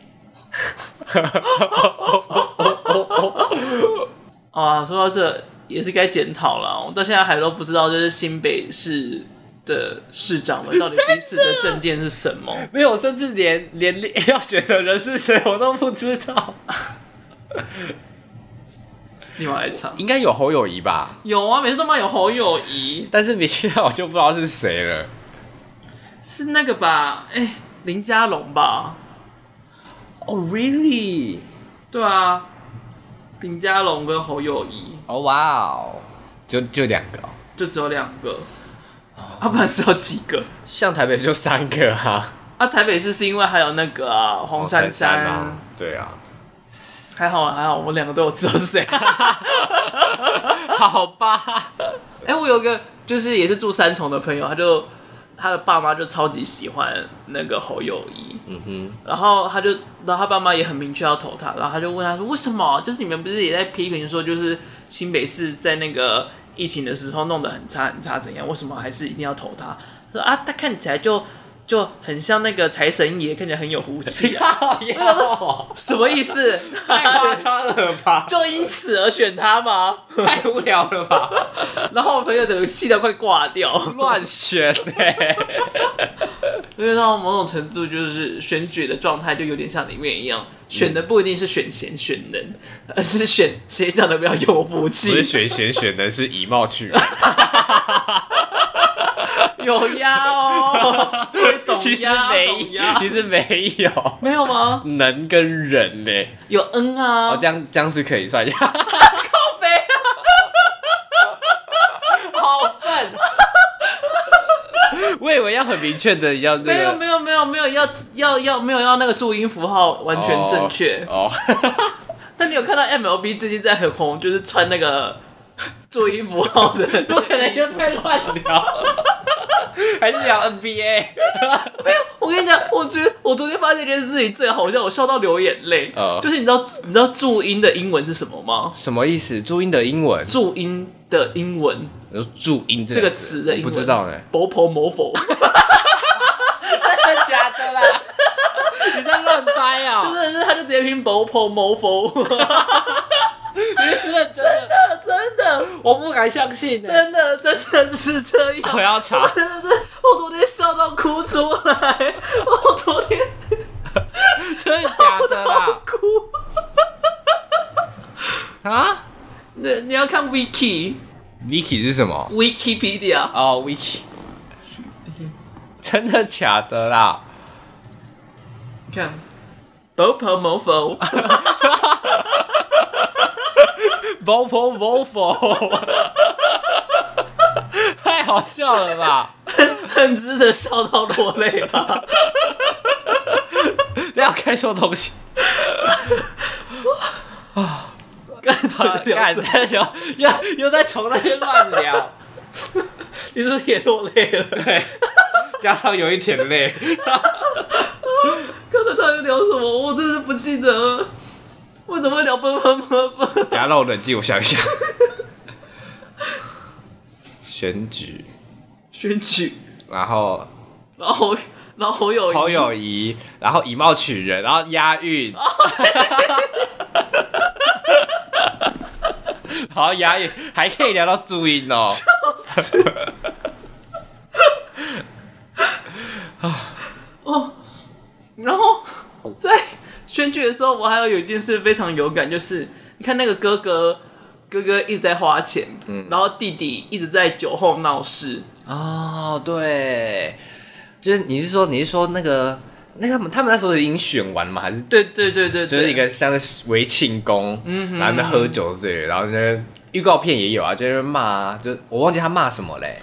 A: 好啊，说到这也是该检讨了。我到现在还都不知道，就是新北市的市长们到底彼此的证件是什么。
B: 没有，甚至连连 连要选的人是谁我都不知道。
A: 你往来唱，
B: 应该有侯友谊吧，
A: 有啊，每次都骂有侯友谊，
B: 但是明天我就不知道是谁了。
A: 是那个吧？哎、林佳龙吧？
B: 哦、r e a l l y
A: 对啊，林佳龙跟侯友谊
B: 哦，哇哦，就就两个、哦，
A: 就只有两个，啊，不然是有几个？
B: 像台北就三个啊，
A: 啊，台北市是因为还有那个啊，黄珊珊，
B: 啊，对啊，
A: 还好啦还好，我们两个都有知道是谁。 好吧，哎、我有个就是也是住三重的朋友，他就他的爸妈就超级喜欢那个侯友谊，
B: 嗯哼，
A: 然后他就，然后他爸妈也很明确要投他，然后他就问他说为什么？就是你们不是也在批评说，就是新北市在那个疫情的时候弄得很差很差怎样？为什么还是一定要投他？他说啊，他看起来就就很像那个财神爷，看起来很有福 气啊，什么意思？
B: 太夸张了 吧，
A: 就因此而选他 吗？
B: 太无聊了吧，欸
A: 然后我朋友整个气得快挂掉。
B: 乱选哎、
A: 因为到某种程度，就是选举的状态就有点像里面一样，选的不一定是选贤选能，而是选谁长得比较有福
B: 嗯不是
A: 气、
B: 选贤选能，是以貌取人。
A: 有压 哦，会懂
B: 其实
A: 压懂
B: 没
A: 压，
B: 其实没有
A: 没有吗？
B: 能跟人呢、
A: 有恩啊，
B: 哦，这样这样是可以算一下。
A: 靠背啊，好笨。
B: 我以为要很明确的要那
A: 没有
B: 个
A: 没有没有没有要要要没有要那个注音符号完全正确。
B: 哦，
A: 但你有看到 MLB 最近在很红，就是穿那个 注音符号 的？对，又太乱了。
B: 还是聊 NBA
A: 我跟你讲，我觉得我昨天发现一件事情最好笑，我笑到流眼泪。
B: 哦
A: 就是你知道你知道注音的英文是什么吗？
B: 什么意思？注音的英文，
A: 注音的英文
B: 你说注音这
A: 这个
B: 个
A: 词的英
B: 我
A: 文
B: 不知道欸呢。
A: “某否某否”，
B: 假的啦，你在乱掰 啊
A: 就！是他就直接拼“某否某否”，
B: 真的 真的，
A: 真的
B: 我不敢相信的。
A: 真的真的是这样。
B: 我要查，
A: 真的是，我昨天笑到哭出来，我昨天
B: 真的假的啦？
A: 哭。
B: 啊
A: 你你要看 Wiki
B: ，Wiki 是什么？
A: Wikipedia，
B: 哦，Wiki，真的假的啦？
A: 看 Bopo Mofo，
B: Bopo Bopo，太好笑了吧？
A: 很值得笑到落泪 吧？
B: 不要看错东西，
A: 啊干他
B: 干在聊，又又在从那边乱聊，
A: 你是不是也落泪了？
B: 对，加上有一点累，
A: 刚才到底聊什么？我真是不记得了。为什么会聊奔奔奔奔？
B: 等下让我冷静，我想一下。选举，
A: 选举，
B: 然后
A: 然后然后侯友宜
B: 侯友谊，然后以貌取人，然后押韵， 然后押韵还可以聊到注音哦。
A: 哦，然后在选举的时候，我还有有一件事非常有感，就是你看那个哥哥，哥哥一直在花钱，
B: 嗯
A: 然后弟弟一直在酒后闹事，
B: 哦，对，就是你是说你是说那个那个他们他们那时候已经选完嘛，还是
A: 对对对对，
B: 就是
A: 对
B: 一个像是为庆功，然后他们喝酒之类的，然后呢预告片也有啊，就在那边骂啊，就我忘记他骂什么嘞。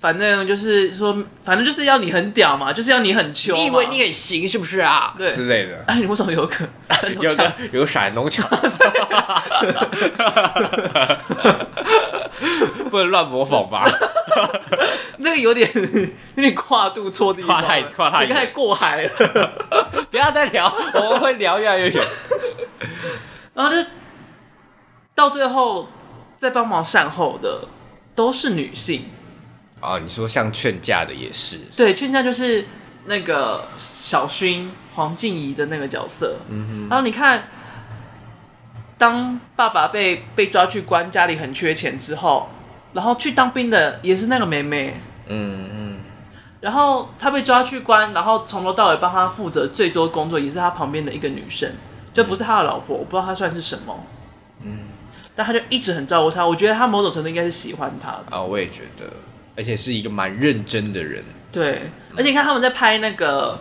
A: 反正就是说，反正就是要你很屌嘛，就是要你很穷嘛，
B: 很行是不是啊？
A: 对
B: 之类的。
A: 哎，你为什么 有个山头
B: 有
A: 墙
B: 个有个闪农 场，不能乱模仿吧？
A: 那个有点 有点跨度错地方了，
B: 跨太跨太远哦
A: 你刚才过海了，
B: 不要再聊， 我们会聊越来越远。
A: 然后就到最后在帮忙善后的都是女性。
B: 哦，你说像劝架的也是，
A: 对，劝架就是那个小薰黄静怡的那个角色。然后你看，当爸爸被被抓去关，家里很缺钱之后，然后去当兵的也是那个妹妹。
B: 嗯嗯，
A: 然后她被抓去关，然后从头到尾帮她负责最多工作，也是她旁边的一个女生，就不是她的老婆，我不知道她算是什么。但她就一直很照顾她，我觉得她某种程度应该是喜欢她的。
B: 啊、我也觉得，而且是一个蛮认真的人。
A: 对，而且你看他们在拍那个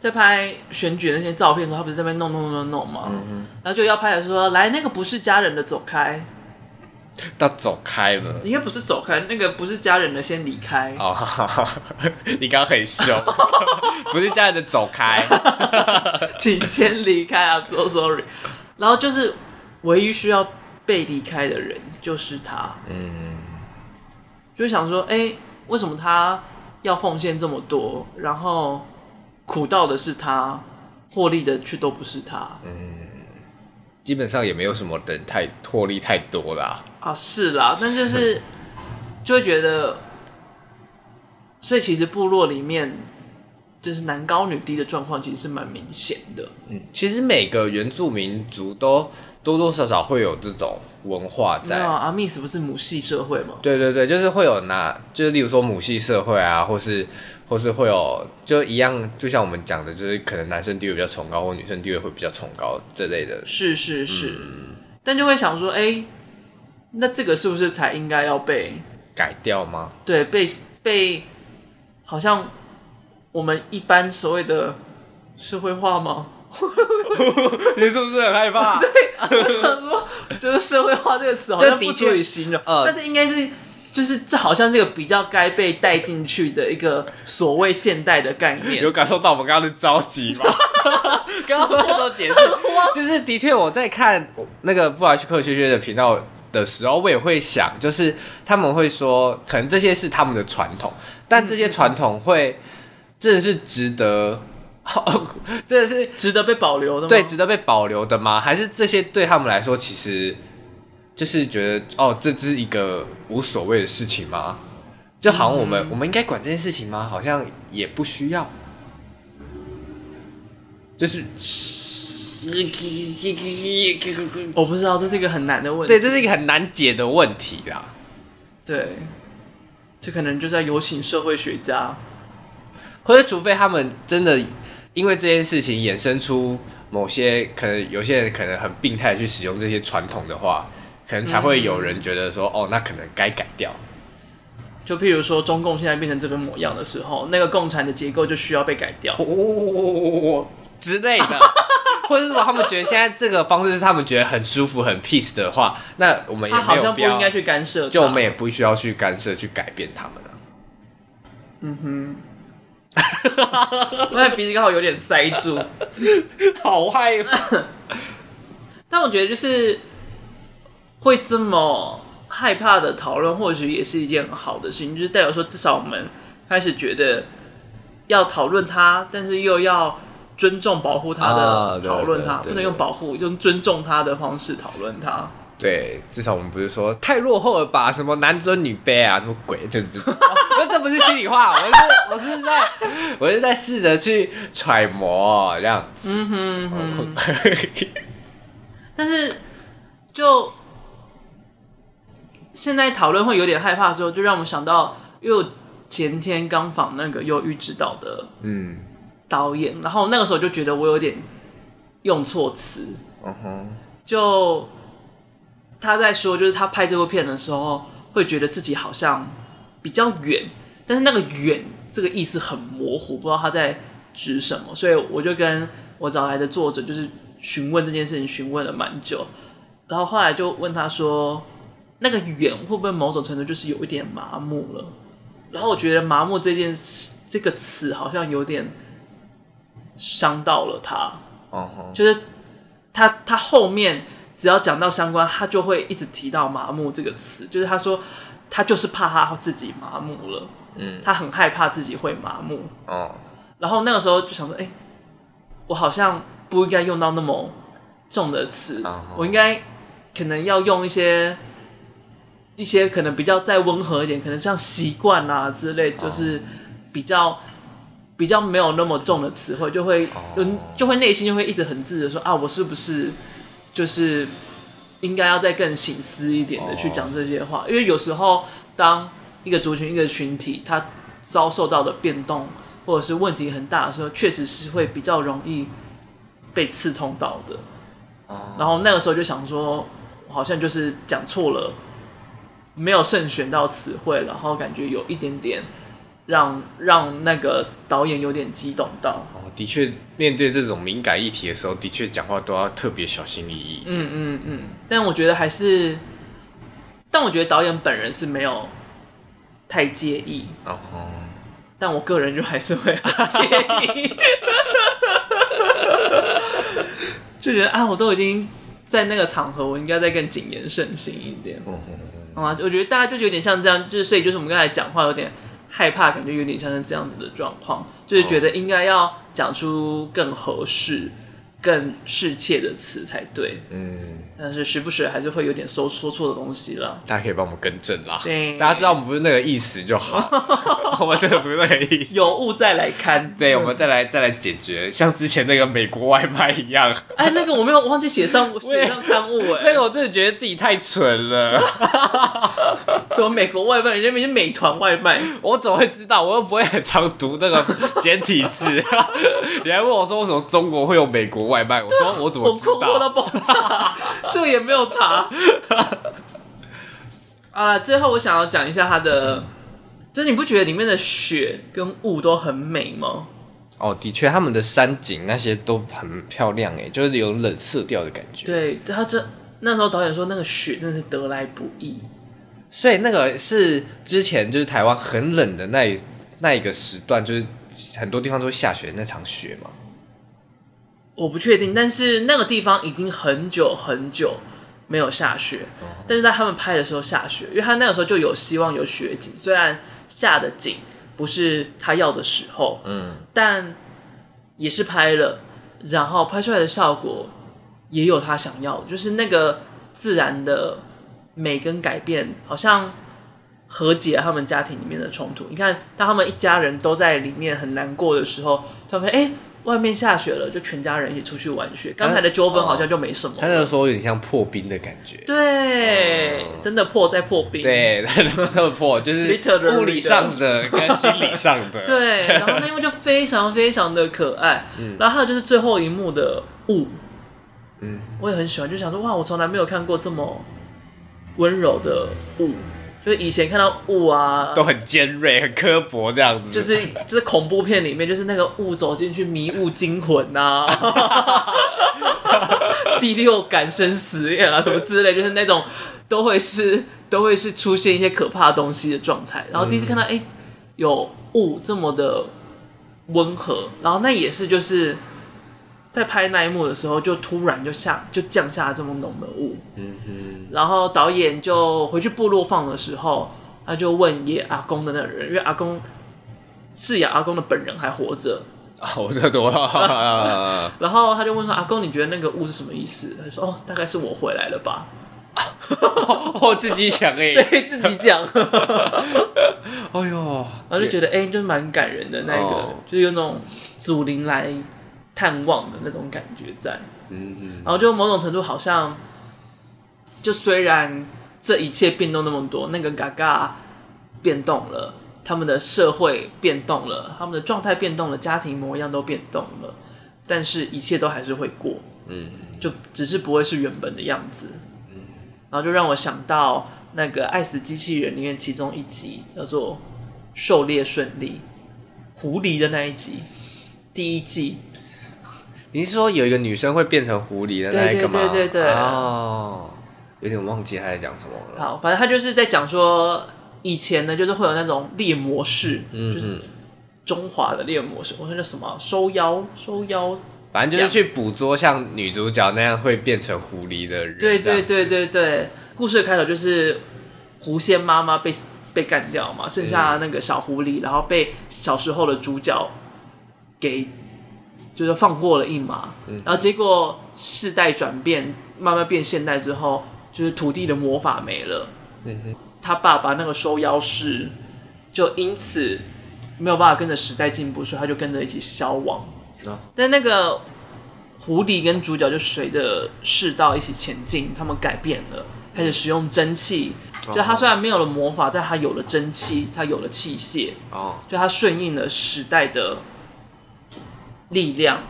A: 在拍选举的那些照片的时候，他不是在那边弄弄弄弄弄吗？然后就要拍的说，来那个不是家人的走开，
B: 到走开了。
A: 应该不是走开，那个不是家人的先离开。
B: 哦， 哈哈哈你刚刚很 凶，不是家人的走开。
A: 请先离开，I'm so sorry。然后就是唯一需要被离开的人就是他，
B: 嗯，
A: 就想说，哎、为什么他要奉献这么多，然后苦到的是他，获利的却都不是他
B: 基本上也没有什么人太获利太多啦。
A: 啊？是啦，但就是就会觉得，所以其实部落里面就是男高女低的状况其实是蛮明显的。
B: 嗯，其实每个原住民族都多多少少会有这种文化
A: 没
B: 在
A: 有。啊，阿密斯不是母系社会吗？
B: 对对对，就是会有拿，就是例如说母系社会啊，或是或是会有就一样，就像我们讲的，就是可能男生地位比较崇高，或女生地位会比较崇高这类的。
A: 是是是，但就会想说，哎、那这个是不是才应该要被
B: 改掉吗？
A: 对被被，好像我们一般所谓的社会化吗？
B: 你是不是很害怕？
A: 我想说，就是社会化这个词好
B: 这
A: 像
B: 的
A: 不
B: 确
A: 足以形容，
B: 呃
A: 但是应该是。就是这好像这个比较该被带进去的一个所谓现代的概念，
B: 有感受到我们刚刚的着急吗？
C: 刚刚做解释，
B: 就是的确，我在看那个布莱希克学学的频道的时候，我也会想，就是他们会说，可能这些是他们的传统，但这些传统会真的是值得， 真的是
A: 值得被保留的吗？
B: 对值得被保留的吗？还是这些对他们来说，其实就是觉得哦，这只是一个无所谓的事情吗？就好像我们、我们应该管这件事情吗？好像也不需要，就是。
A: 我不知道，这是一个很难的问题。
B: 对，这是一个很难解的问题啦。
A: 对，这可能就是要有请社会学家。
B: 或者除非他们真的因为这件事情衍生出某些可能有些人可能很病态地去使用这些传统的话，可能才会有人觉得说、哦，那可能该改掉。
A: 就譬如说，中共现在变成这个模样的时候，那个共产的结构就需要被改掉。
B: 之类的，或者如果他们觉得现在这个方式是他们觉得很舒服、很 peace 的话，那我们也
A: 他好
B: 没有
A: 像不
B: 必要
A: 应，该去干涉它。
B: 就我们也不需要去干涉、去改变他们了。
A: 我现在鼻子刚好有点塞住。
B: 好害怕，
A: 但我觉得就是会这么害怕的讨论，或许也是一件很好的事情，就是代表说至少我们开始觉得要讨论它，但是又要尊重保护它
B: 啊
A: 的
B: 对
A: 讨论它，
B: 对对
A: 不能用保护，用尊重它的方式讨论它。
B: 对，至少我们不是说太落后了吧？什么男尊女卑啊，什么鬼？就是这、哦，那这不是心里话，我是我是在我是在试着去揣摩这样子。
A: 嗯哼嗯哼。但是就现在讨论会有点害怕的时候，就让我想到，因为我前天刚访那个忧郁指导的
B: 嗯，
A: 导演，然后那个时候就觉得我有点用错词，
B: 嗯哼，
A: 就他在说，就是他拍这部片的时候，会觉得自己好像比较远，但是那个远这个意思很模糊，不知道他在指什么，所以我就跟我找来的作者就是询问这件事情，询问了蛮久，然后后来就问他说，那个远会不会某种程度就是有一点麻木了？然后我觉得麻木这件事这个词好像有点伤到了他，
B: 嗯哼，
A: 就是他他后面只要讲到相关，他就会一直提到麻木这个词，就是他说他就是怕他自己麻木了，
B: 嗯，
A: 他很害怕自己会麻木。
B: 哦，
A: 然后那个时候就想说，哎、我好像不应该用到那么重的词
B: 哦
A: 我应该可能要用一些一些可能比较再温和一点，可能像习惯啊之类，就是比较。比较没有那么重的词汇，就会就就会内心就会一直很自责说啊，我是不是就是应该要再更醒思一点的去讲这些话，因为有时候当一个族群、一个群体，它遭受到的变动或者是问题很大的时候，确实是会比较容易被刺痛到的。然后那个时候就想说，我好像就是讲错了，没有慎选到词汇，然后感觉有一点点让让那个导演有点激动到。
B: 哦，的确，面对这种敏感议题的时候，的确讲话都要特别小心翼翼。
A: 嗯嗯嗯，但我觉得还是，但我觉得导演本人是没有太介意，
B: 嗯哼，
A: 但我个人就还是会很介意，就觉得啊，我都已经在那个场合，我应该再更谨言慎行一点。
B: 嗯
A: 好啊，我觉得大家就有点像这样，就是所以就是我们刚才讲话有点害怕，感觉有点像是这样子的状况，就是觉得应该要讲出更合适，更适切的词才对。
B: 嗯，
A: 但是时不时还是会有点说说错的东西啦。
B: 大家可以帮我们更正啦。
A: 对
B: 大家知道我们不是那个意思就好， 我们真的不是那个意思。
A: 有误再来看。
B: 对，我们再来再来解决，像之前那个美国外卖一样，
A: 哎，那个我没有忘记写上
B: 也
A: 写上刊物哎、
B: 那个我真的觉得自己太蠢了，
A: 什么美国外卖，人家明明是美团外卖，
B: 我怎么会知道？我又不会很常读那个简体字。 你还问我说为什么中国会有美国外卖？我说 我怎
A: 我
B: 么知
A: 困惑到
B: 道？
A: 爆炸，这个也没有查。好了，最后我想要讲一下它的，就是你不觉得里面的雪跟雾都很美吗？
B: 哦，的确，他们的山景那些都很漂亮，哎，就是有冷色调的感觉。
A: 对，他这那时候导演说那个雪真的是得来不易，
B: 所以那个是之前就是台湾很冷的那一那一个时段，就是很多地方都会下雪那场雪嘛。
A: 我不确定，但是那个地方已经很久很久没有下雪，但是在他们拍的时候下雪，因为他那个时候就有希望有雪景，虽然下的景不是他要的时候，
B: 嗯，
A: 但也是拍了，然后拍出来的效果也有他想要的，就是那个自然的美跟改变，好像和解了他们家庭里面的冲突。你看，当他们一家人都在里面很难过的时候，他们哎、诶外面下雪了，就全家人一起出去玩雪。刚才的纠纷好像就没什么
B: 他那
A: 了。
B: 个时候有点像破冰的感觉。
A: 对，
B: 嗯
A: 真的破在破冰。
B: 对，特破就是
A: Literally
B: 物理上的跟心理上的。
A: 对，然后那一幕就非常非常的可爱。然后还有就是最后一幕的雾，
B: 嗯，
A: 我也很喜欢，就想说哇，我从来没有看过这么温柔的雾，就是以前看到雾啊，
B: 都很尖锐、很刻薄这样子。
A: 就是就是恐怖片里面就是那个雾走进去迷雾惊魂呐、 第六感生死恋啊什么之类，就是那种都会是都会是出现一些可怕的东西的状态。然后第一次看到哎、诶有雾这么的温和，然后那也是就是在拍那一幕的时候，就突然就下就降下这么浓的雾，
B: 嗯嗯
A: 然后导演就回去部落放的时候，他就问爷阿公的那个人，因为阿公是演阿公的本人还活着，
B: 哦，我这 多了。
A: 然后他就问说：“阿公，你觉得那个雾是什么意思？”他就说：“哦，大概是我回来了吧。
B: 我自己想哎、”
A: 嘿，自己讲，然
B: 哎呦，
A: 后就觉得哎、就蛮感人的那个，
B: 哦
A: 就是有那种祖灵来探望的那种感觉在。
B: 嗯嗯，
A: 然后就某种程度好像，就虽然这一切变动那么多，那个嘎嘎变动了，他们的社会变动了，他们的状态变动了，家庭模样都变动了，但是一切都还是会过，
B: 嗯，
A: 就只是不会是原本的样子。然后就让我想到那个《爱死机器人》里面其中一集叫做《狩猎顺利》，狐狸的那一集，第一季
B: 你是说有一个女生会变成狐狸的那一个吗？
A: 对对对对对
B: 哦，有点忘记她在讲什么了。
A: 好，反正他就是在讲说，以前呢，就是会有那种猎魔士，
B: 嗯
A: 就是
B: 嗯，
A: 中华的猎魔士，我说叫什么啊收妖，收妖，
B: 反正就是去捕捉像女主角那样会变成狐狸的人。
A: 对
B: 这
A: 对
B: 样
A: 对对对。故事的开头就是狐仙妈妈被被干掉嘛，剩下那个小狐狸，然后被小时候的主角给就是放过了一马，
B: 嗯
A: 然后结果世代转变，慢慢变现代之后，就是土地的魔法没了，
B: 嗯哼，
A: 他爸爸那个收妖师，就因此没有办法跟着时代进步，所以他就跟着一起消亡。
B: 哦
A: 但那个狐狸跟主角就随着世道一起前进，他们改变了，开始使用蒸汽。
B: 哦
A: 就他虽然没有了魔法，但他有了蒸汽，他有了器械，
B: 哦，
A: 就他顺应了时代的力量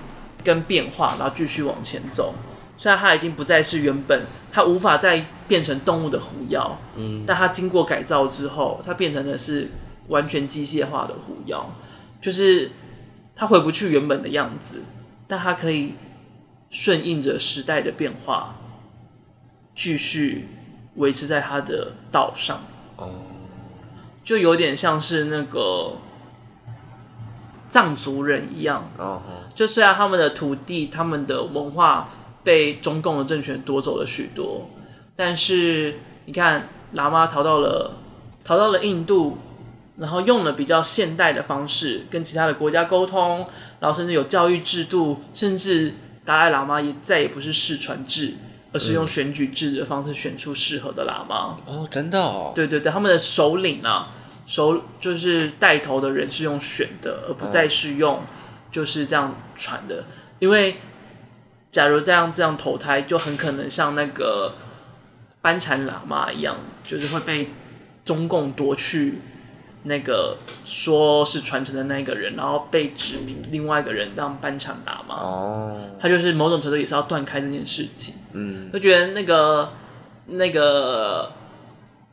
A: 跟变化，然后继续往前走。虽然他已经不再是原本，他无法再变成动物的狐妖，
B: 嗯，
A: 但它经过改造之后，它变成的是完全机械化的狐妖，就是它回不去原本的样子，但它可以顺应着时代的变化，继续维持在它的道上。
B: 哦，
A: 就有点像是那个藏族人一样，
B: 哦，
A: 就虽然他们的土地、他们的文化被中共的政权夺走了许多，但是你看，喇嘛逃到了逃到了印度，然后用了比较现代的方式跟其他的国家沟通，然后甚至有教育制度，甚至达赖喇嘛也再也不是世传制，而是用选举制的方式选出适合的喇嘛。
B: 哦，真的哦，
A: 对对对，他们的首领啊，首就是带头的人是用选的，而不再是用就是这样传的。因为假如这样这样投胎，就很可能像那个班禅喇嘛一样，就是会被中共夺去那个说是传承的那一个人，然后被指名另外一个人当班禅喇嘛。
B: 哦，
A: 他就是某种程度也是要断开这件事情。
B: 嗯，
A: 就觉得那个那个《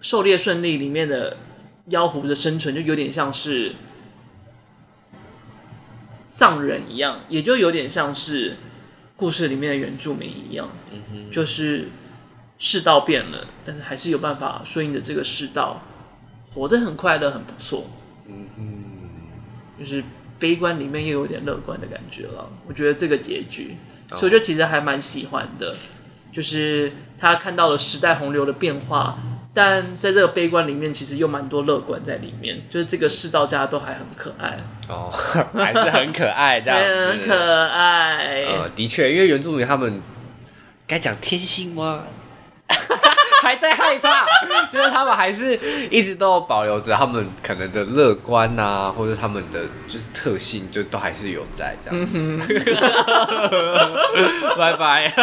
A: 狩猎顺利》里面的妖狐的生存，就有点像是藏人一样，也就有点像是故事里面的原住民一样，就是世道变了，但是还是有办法顺应着这个世道，活得很快乐，很不错。就是悲观里面又有点乐观的感觉了。我觉得这个结局，
B: 哦
A: 所以我就其实还蛮喜欢的。就是他看到了时代洪流的变化，但在这个悲观里面，其实又蛮多乐观在里面。就是这个世道家都还很可爱，
B: 哦， 还是很可爱这样子，
A: 很可爱。
B: 呃，的确，因为原住民他们该讲天性吗？ 还在害怕， 就是他们还是一直都保留着他们可能的乐观呐、或者他们的就是特性，就都还是有在这样子。嗯 拜拜。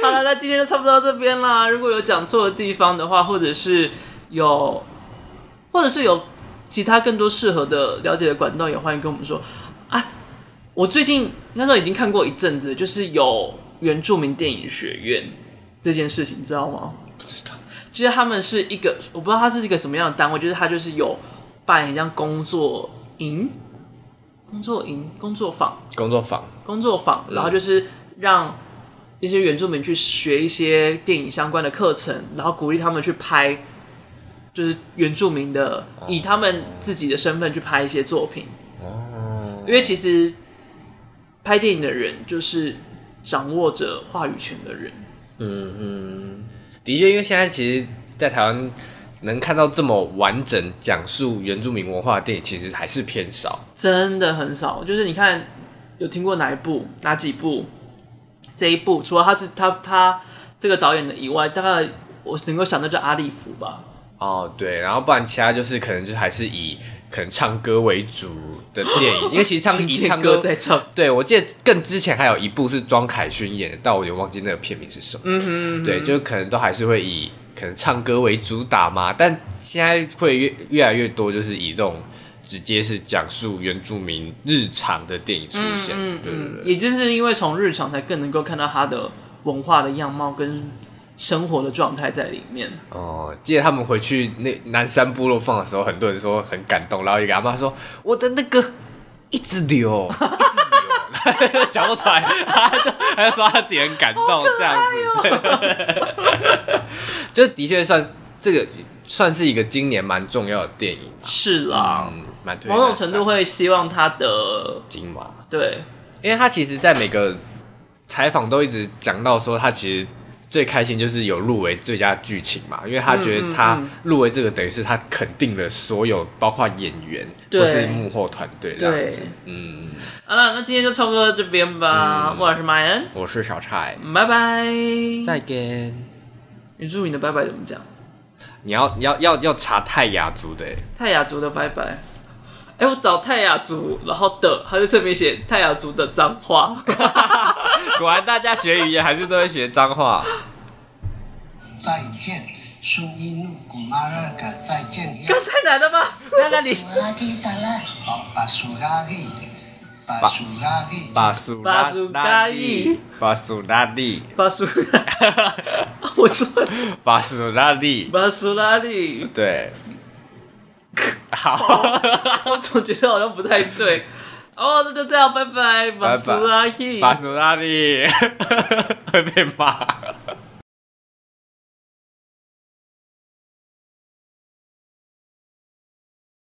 A: 好了，那今天就差不多到这边啦。如果有讲错的地方的话，或者是有，或者是有其他更多适合的了解的管道，也欢迎跟我们说。啊，我最近应该说已经看过一阵子，就是有原住民电影学院这件事情，你知道吗？不知
B: 道。
A: 就是他们是一个，我不知道它是一个什么样的单位，就是它就是有办很像工作营、工作营、工作坊。
B: 工作坊，
A: 工作坊，然后就是让一些原住民去学一些电影相关的课程，然后鼓励他们去拍，就是原住民的以他们自己的身份去拍一些作品。哦，因为其实拍电影的人就是掌握着话语权的人。
B: 嗯嗯，的确，因为现在其实，在台湾能看到这么完整讲述原住民文化的电影，其实还是偏少。
A: 真的很少。就是你看，有听过哪一部、哪几部？这一部除了他自他他这个导演的以外，大概我能够想到就阿利夫吧。
B: 哦，对，然后不然其他就是可能就还是以可能唱歌为主的电影，因为其实唱 以
A: 听
B: 唱
A: 见歌
B: 歌
A: 在唱，
B: 对我记得更之前还有一部是庄凯勋演的，但我有点忘记那个片名是什么。嗯哼对，就是可能都还是会以可能唱歌为主打嘛，但现在会越越来越多就是以这种直接是讲述原住民日常的电影出现。
A: 嗯
B: 对对
A: 嗯，
B: 对。
A: 也正是因为从日常才更能够看到他的文化的样貌跟生活的状态在里面。
B: 哦，记得他们回去那南山部落放的时候，很多人说很感动，然后一个阿妈说：“我的那个一直 流，一直流。” 讲不出来，他就他就说他自己很感动，这样子，对
A: 哦
B: 就的确算这个算是一个今年蛮重要的电影啊
A: 是啦，，啊
B: 嗯蛮推荐
A: 某种程度
B: 大家
A: 会希望他的
B: 看金马，
A: 对
B: 因为他其实在每个采访都一直讲到说，他其实最开心就是有入围最佳剧情嘛，因为他觉得他
A: 嗯嗯嗯
B: 入围这个等于是他肯定了所有，包括演员
A: 对
B: 或是幕后团队这样
A: 对
B: 子。。嗯，
A: 好了，那今天就差不多到这边吧。
B: 嗯
A: 我是马恩，
B: 我是小蔡，
A: 拜拜。
B: 再见。
A: 原住民的拜拜怎么讲？
B: 你要你要要要查泰雅族的欸，
A: 泰雅族的拜拜。哎、我找泰雅族，然后的，他就特别写泰雅族的脏话。
B: 果然大家学语言还是都会学脏话。
D: 再见，苏伊努古马拉嘎再见呀，
A: 刚太难了吧？在那里。
D: 苏拉吉达拉，好，巴苏拉吉，巴苏拉吉，
B: 巴苏
A: 巴苏拉利，
B: 巴苏拉利，
A: 巴 苏，我错了，
B: 巴苏拉利，
A: 巴苏拉 利，
B: 对，好。
A: 我总觉得好像不太对。哦，那就这样，拜拜，巴苏拉利，
B: 巴苏拉利会被骂。